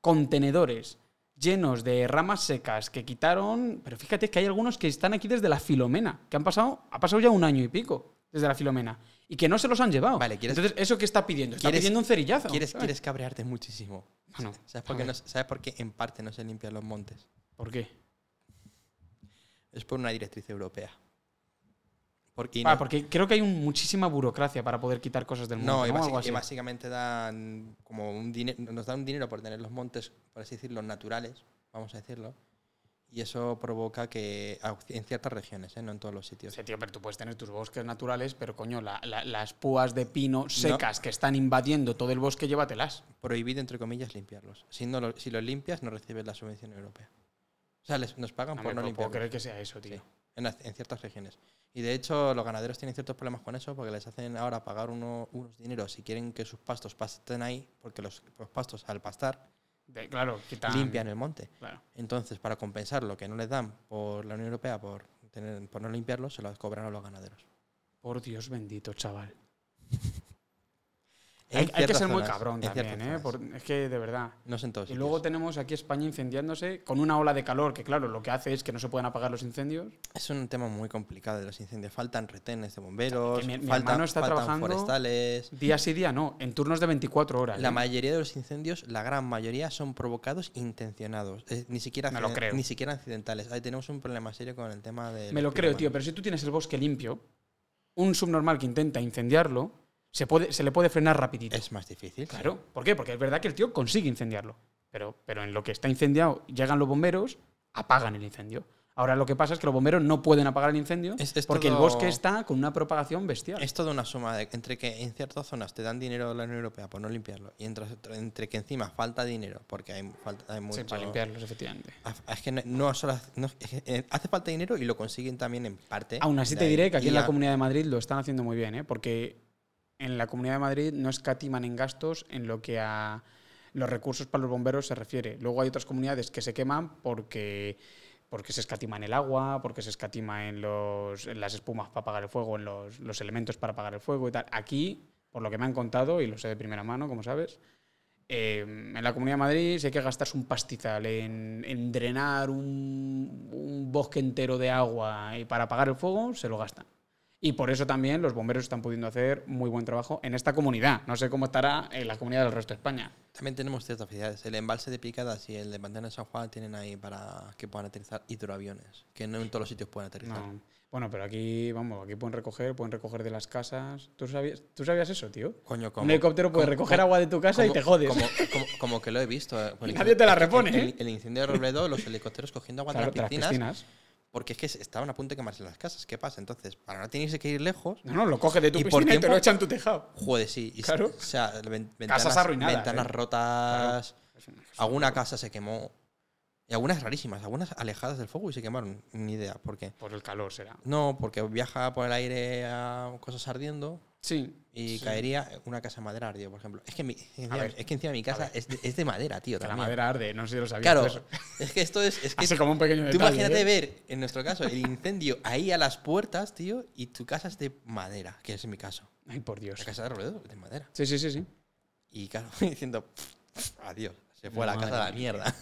[SPEAKER 1] contenedores llenos de ramas secas que quitaron. Pero fíjate que hay algunos que están aquí desde la Filomena, que han pasado, ha pasado ya un año y pico desde la Filomena y que no se los han llevado.
[SPEAKER 2] Vale, ¿quieres-
[SPEAKER 1] Entonces, ¿eso qué está pidiendo? Está
[SPEAKER 2] ¿Quieres-
[SPEAKER 1] pidiendo un cerillazo.
[SPEAKER 2] ¿Quieres,
[SPEAKER 1] ¿sabes?
[SPEAKER 2] quieres cabrearte muchísimo.
[SPEAKER 1] Bueno,
[SPEAKER 2] ¿Sabes por,
[SPEAKER 1] a
[SPEAKER 2] qué
[SPEAKER 1] ver,
[SPEAKER 2] no, se- ¿Sabes por qué en parte no se limpian los montes?
[SPEAKER 1] ¿Por qué?
[SPEAKER 2] Es por una directriz europea. Porque,
[SPEAKER 1] Ah, porque creo que hay un- muchísima burocracia para poder quitar cosas del mundo.
[SPEAKER 2] No, y,
[SPEAKER 1] ¿no?
[SPEAKER 2] basi-
[SPEAKER 1] Algo
[SPEAKER 2] y
[SPEAKER 1] así.
[SPEAKER 2] básicamente dan como un dinero, nos dan un dinero por tener los montes, por así decirlo, naturales, vamos a decirlo. Y eso provoca que a- en ciertas regiones, ¿eh? no en todos los sitios.
[SPEAKER 1] Sí, tío, pero tú puedes tener tus bosques naturales, pero coño, la- la- las púas de pino secas que están invadiendo todo el bosque, llévatelas.
[SPEAKER 2] Prohibido, entre comillas, limpiarlos. Si, no lo- si los limpias, no recibes la subvención europea. O sea, les- nos pagan
[SPEAKER 1] No
[SPEAKER 2] por
[SPEAKER 1] me
[SPEAKER 2] no
[SPEAKER 1] puedo
[SPEAKER 2] limpiarlos.
[SPEAKER 1] creer que sea eso, tío.
[SPEAKER 2] Sí, en, las- en ciertas regiones. Y de hecho, los ganaderos tienen ciertos problemas con eso porque les hacen ahora pagar uno- unos dineros si quieren que sus pastos pasten ahí, porque los, los pastos al pastar
[SPEAKER 1] De- claro, quitan.
[SPEAKER 2] limpian el monte.
[SPEAKER 1] Claro.
[SPEAKER 2] Entonces, para compensar lo que no les dan por la Unión Europea por, tener, por no limpiarlos, se los cobran a los ganaderos.
[SPEAKER 1] Por Dios bendito, chaval.
[SPEAKER 2] En
[SPEAKER 1] Hay, hay que
[SPEAKER 2] ciertas
[SPEAKER 1] ser muy
[SPEAKER 2] zonas,
[SPEAKER 1] cabrón
[SPEAKER 2] en
[SPEAKER 1] también,
[SPEAKER 2] ciertas
[SPEAKER 1] ¿eh?
[SPEAKER 2] zonas. Pues
[SPEAKER 1] Por- es que de verdad.
[SPEAKER 2] No es en todos
[SPEAKER 1] Y luego
[SPEAKER 2] sitios.
[SPEAKER 1] tenemos aquí España incendiándose con una ola de calor que, claro, lo que hace es que no se pueden apagar los incendios.
[SPEAKER 2] Es un tema muy complicado de los incendios. Faltan retenes de bomberos,
[SPEAKER 1] Que mi- mi
[SPEAKER 2] faltan,
[SPEAKER 1] hermano está
[SPEAKER 2] faltan
[SPEAKER 1] trabajando-
[SPEAKER 2] forestales.
[SPEAKER 1] Día sí, día no, en turnos de 24 horas.
[SPEAKER 2] La
[SPEAKER 1] ¿eh?
[SPEAKER 2] mayoría de los incendios, la gran mayoría, son provocados intencionados. eh, ni, siquiera
[SPEAKER 1] Me lo
[SPEAKER 2] accident-
[SPEAKER 1] creo.
[SPEAKER 2] ni siquiera accidentales. Ahí tenemos un problema serio con el tema de.
[SPEAKER 1] Me lo creo, tío, pero si tú tienes el bosque limpio, un subnormal que intenta incendiarlo, se, puede, se le puede frenar rapidito.
[SPEAKER 2] Es más difícil. sí.
[SPEAKER 1] Claro, ¿por qué? Porque es verdad que el tío consigue incendiarlo, pero, pero en lo que está incendiado llegan los bomberos, apagan el incendio. Ahora lo que pasa es que los bomberos no pueden apagar el incendio
[SPEAKER 2] Es- es
[SPEAKER 1] porque el
[SPEAKER 2] todo-
[SPEAKER 1] bosque está con una propagación bestial.
[SPEAKER 2] Es toda una suma de, entre que en ciertas zonas te dan dinero de la Unión Europea por no limpiarlo y entre, entre que encima falta dinero porque hay, falta, hay mucho.
[SPEAKER 1] Sí, para limpiarlos, efectivamente.
[SPEAKER 2] Ah, Es que no, no solo hace, no- es que, eh, hace falta dinero y lo consiguen también en parte.
[SPEAKER 1] Aún así
[SPEAKER 2] de
[SPEAKER 1] te
[SPEAKER 2] ahí.
[SPEAKER 1] diré que aquí
[SPEAKER 2] Y
[SPEAKER 1] en la
[SPEAKER 2] ya-
[SPEAKER 1] Comunidad de Madrid lo están haciendo muy bien, ¿eh? porque en la Comunidad de Madrid no escatiman en gastos en lo que a los recursos para los bomberos se refiere. Luego hay otras comunidades que se queman porque, porque se escatima en el agua, porque se escatima en, los, en las espumas para apagar el fuego, en los, los elementos para apagar el fuego y tal. Aquí, por lo que me han contado, y lo sé de primera mano, como sabes, eh, en la Comunidad de Madrid, si hay que gastarse un pastizal en, en drenar un, un bosque entero de agua y para apagar el fuego, se lo gastan. Y por eso también los bomberos están pudiendo hacer muy buen trabajo en esta comunidad. No sé cómo estará en la comunidad del resto de España.
[SPEAKER 2] También tenemos ciertas facilidades. El embalse de Picadas y el de Pantano de San Juan tienen ahí para que puedan aterrizar hidroaviones, que no en todos los sitios pueden aterrizar.
[SPEAKER 1] No. Bueno, pero aquí, vamos, aquí pueden recoger, pueden recoger de las casas. ¿Tú sabías, ¿tú sabías eso, tío?
[SPEAKER 2] Coño, ¿cómo?
[SPEAKER 1] Un helicóptero puede
[SPEAKER 2] ¿Cómo-
[SPEAKER 1] recoger
[SPEAKER 2] cómo-
[SPEAKER 1] agua de tu casa y
[SPEAKER 2] cómo-
[SPEAKER 1] te jodes.
[SPEAKER 2] Como, como- como que lo he visto. eh, por
[SPEAKER 1] Y
[SPEAKER 2] el-
[SPEAKER 1] nadie te la
[SPEAKER 2] es que
[SPEAKER 1] repone,
[SPEAKER 2] El,
[SPEAKER 1] ¿eh?
[SPEAKER 2] el incendio de Robledo, los helicópteros cogiendo agua
[SPEAKER 1] Claro,
[SPEAKER 2] de las piscinas,
[SPEAKER 1] piscinas.
[SPEAKER 2] porque es que se- estaban a punto de quemarse las casas. ¿Qué pasa? Entonces, para no tenerse que ir lejos,
[SPEAKER 1] No, no, lo coge de tu
[SPEAKER 2] ¿Y por
[SPEAKER 1] piscina y te
[SPEAKER 2] tiempo?
[SPEAKER 1] lo echa en tu tejado.
[SPEAKER 2] joder, sí. y-
[SPEAKER 1] Claro.
[SPEAKER 2] O sea, ven- ventanas,
[SPEAKER 1] Casas arruinadas,
[SPEAKER 2] Ventanas
[SPEAKER 1] ¿eh?
[SPEAKER 2] rotas. Alguna casa se quemó. Y algunas rarísimas, algunas alejadas del fuego y se quemaron. Ni idea por qué.
[SPEAKER 1] Por el calor será.
[SPEAKER 2] No, porque viaja por el aire a cosas ardiendo
[SPEAKER 1] Sí.
[SPEAKER 2] y
[SPEAKER 1] sí.
[SPEAKER 2] caería una casa de madera ardió, por ejemplo. Es que, mi- encima-
[SPEAKER 1] ver.
[SPEAKER 2] es que encima mi casa es de, es de madera, tío.
[SPEAKER 1] Que la
[SPEAKER 2] también.
[SPEAKER 1] madera arde, no sé si lo sabías.
[SPEAKER 2] Claro,
[SPEAKER 1] tú eso.
[SPEAKER 2] es que esto es. es que
[SPEAKER 1] (laughs) Así como un pequeño
[SPEAKER 2] tú
[SPEAKER 1] detalle.
[SPEAKER 2] imagínate
[SPEAKER 1] ¿eh?
[SPEAKER 2] ver, en nuestro caso, el incendio ahí a las puertas, tío, y tu casa es de madera, que es mi caso.
[SPEAKER 1] Ay, por
[SPEAKER 2] La
[SPEAKER 1] Dios.
[SPEAKER 2] casa de Robledo es de madera.
[SPEAKER 1] Sí, sí, sí, sí.
[SPEAKER 2] Y claro, (laughs) diciendo, adiós, se fue a la
[SPEAKER 1] Madre
[SPEAKER 2] casa a la
[SPEAKER 1] mía.
[SPEAKER 2] mierda.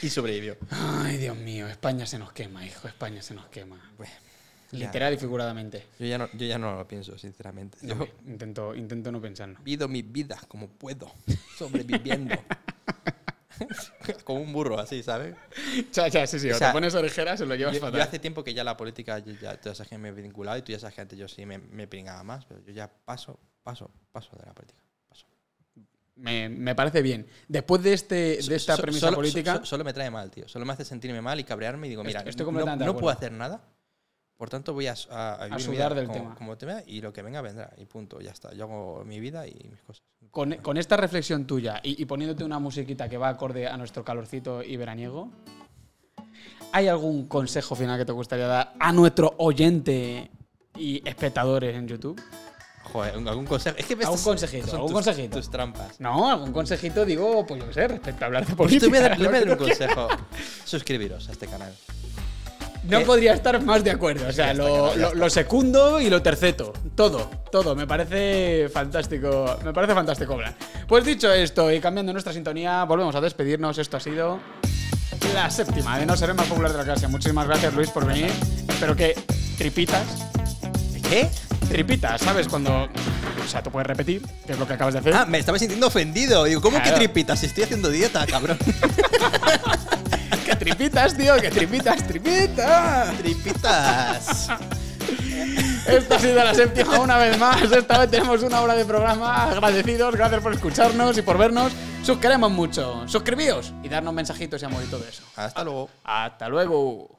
[SPEAKER 2] y (laughs) sobrevivió.
[SPEAKER 1] Ay, Dios mío, España se nos quema, hijo, España se nos quema.
[SPEAKER 2] Bueno,
[SPEAKER 1] Literal y figuradamente.
[SPEAKER 2] yo, Pues, ya no, yo ya no lo pienso, sinceramente. Yo
[SPEAKER 1] No, intento, intento no pensarlo. (laughs)
[SPEAKER 2] vivo mi vida como puedo, sobreviviendo. (laughs) como un burro, así, ¿sabes?
[SPEAKER 1] Ya, ya, sí, sí. O,
[SPEAKER 2] O sea,
[SPEAKER 1] te pones orejeras, se lo llevas
[SPEAKER 2] Yo, yo
[SPEAKER 1] fatal.
[SPEAKER 2] hace tiempo que ya la política, yo ya, tú ya sabes que me he vinculado y tú ya sabes que antes yo sí me, me pringaba más, pero yo ya paso, paso, paso de la política. Paso.
[SPEAKER 1] Me, me parece bien. Después de, este, de esta
[SPEAKER 2] So-
[SPEAKER 1] premisa
[SPEAKER 2] solo-
[SPEAKER 1] política.
[SPEAKER 2] so- solo me trae mal, tío. Solo me hace sentirme mal y cabrearme y digo, mira,
[SPEAKER 1] Estoy- estoy
[SPEAKER 2] no-
[SPEAKER 1] completamente
[SPEAKER 2] no,
[SPEAKER 1] de
[SPEAKER 2] puedo
[SPEAKER 1] acuerdo.
[SPEAKER 2] hacer nada. Por tanto, voy a, s- a- a vivir mi
[SPEAKER 1] sudar
[SPEAKER 2] vida
[SPEAKER 1] del
[SPEAKER 2] como,
[SPEAKER 1] tema.
[SPEAKER 2] como tema y lo que venga vendrá. Y punto, ya está. Yo hago mi vida y mis cosas.
[SPEAKER 1] Con, con esta reflexión tuya y, y poniéndote una musiquita que va acorde a nuestro calorcito y veraniego, ¿hay algún consejo final que te gustaría dar a nuestro oyente y espectadores en YouTube?
[SPEAKER 2] Joder, algún consejo. Es que me
[SPEAKER 1] Algún
[SPEAKER 2] estás-
[SPEAKER 1] consejito,
[SPEAKER 2] son
[SPEAKER 1] algún
[SPEAKER 2] tus-
[SPEAKER 1] consejito.
[SPEAKER 2] Tus trampas.
[SPEAKER 1] No, algún consejito, digo, pues yo qué sé, respecto a hablar de (laughs)
[SPEAKER 2] Pues
[SPEAKER 1] política.
[SPEAKER 2] te voy a dar,
[SPEAKER 1] lo
[SPEAKER 2] le voy a
[SPEAKER 1] que
[SPEAKER 2] dar un
[SPEAKER 1] tú quieras.
[SPEAKER 2] consejo. Suscribiros a este canal.
[SPEAKER 1] No
[SPEAKER 2] Eh,
[SPEAKER 1] podría estar más de acuerdo. O sea,
[SPEAKER 2] ya está,
[SPEAKER 1] lo,
[SPEAKER 2] ya
[SPEAKER 1] lo- lo secundo y lo terceto. Todo, todo. Me parece fantástico. Me parece fantástico hablar. Pues dicho esto y cambiando nuestra sintonía, volvemos a despedirnos. Esto ha sido la séptima de No Seré Más Popular de la Clase. Muchísimas gracias, Luis, por venir. Espero que tripitas. ¿Eh?
[SPEAKER 2] ¿Qué?
[SPEAKER 1] Tripitas, ¿sabes? Cuando. O sea, tú puedes repetir, que es lo que acabas de hacer. (laughs)
[SPEAKER 2] Ah, me estaba sintiendo ofendido. Digo, ¿cómo
[SPEAKER 1] ¿Eh? Claro.
[SPEAKER 2] que tripitas? Si estoy haciendo dieta, cabrón. (laughs)
[SPEAKER 1] que tripitas, tío, que tripitas, tripitas.
[SPEAKER 2] tripitas.
[SPEAKER 1] Esto ha sido la séptima una vez más. Esta vez tenemos una hora de programa. Agradecidos, gracias por escucharnos y por vernos. Sus queremos mucho. Suscribíos y darnos mensajitos y amor y todo eso.
[SPEAKER 2] Hasta luego.
[SPEAKER 1] Hasta luego.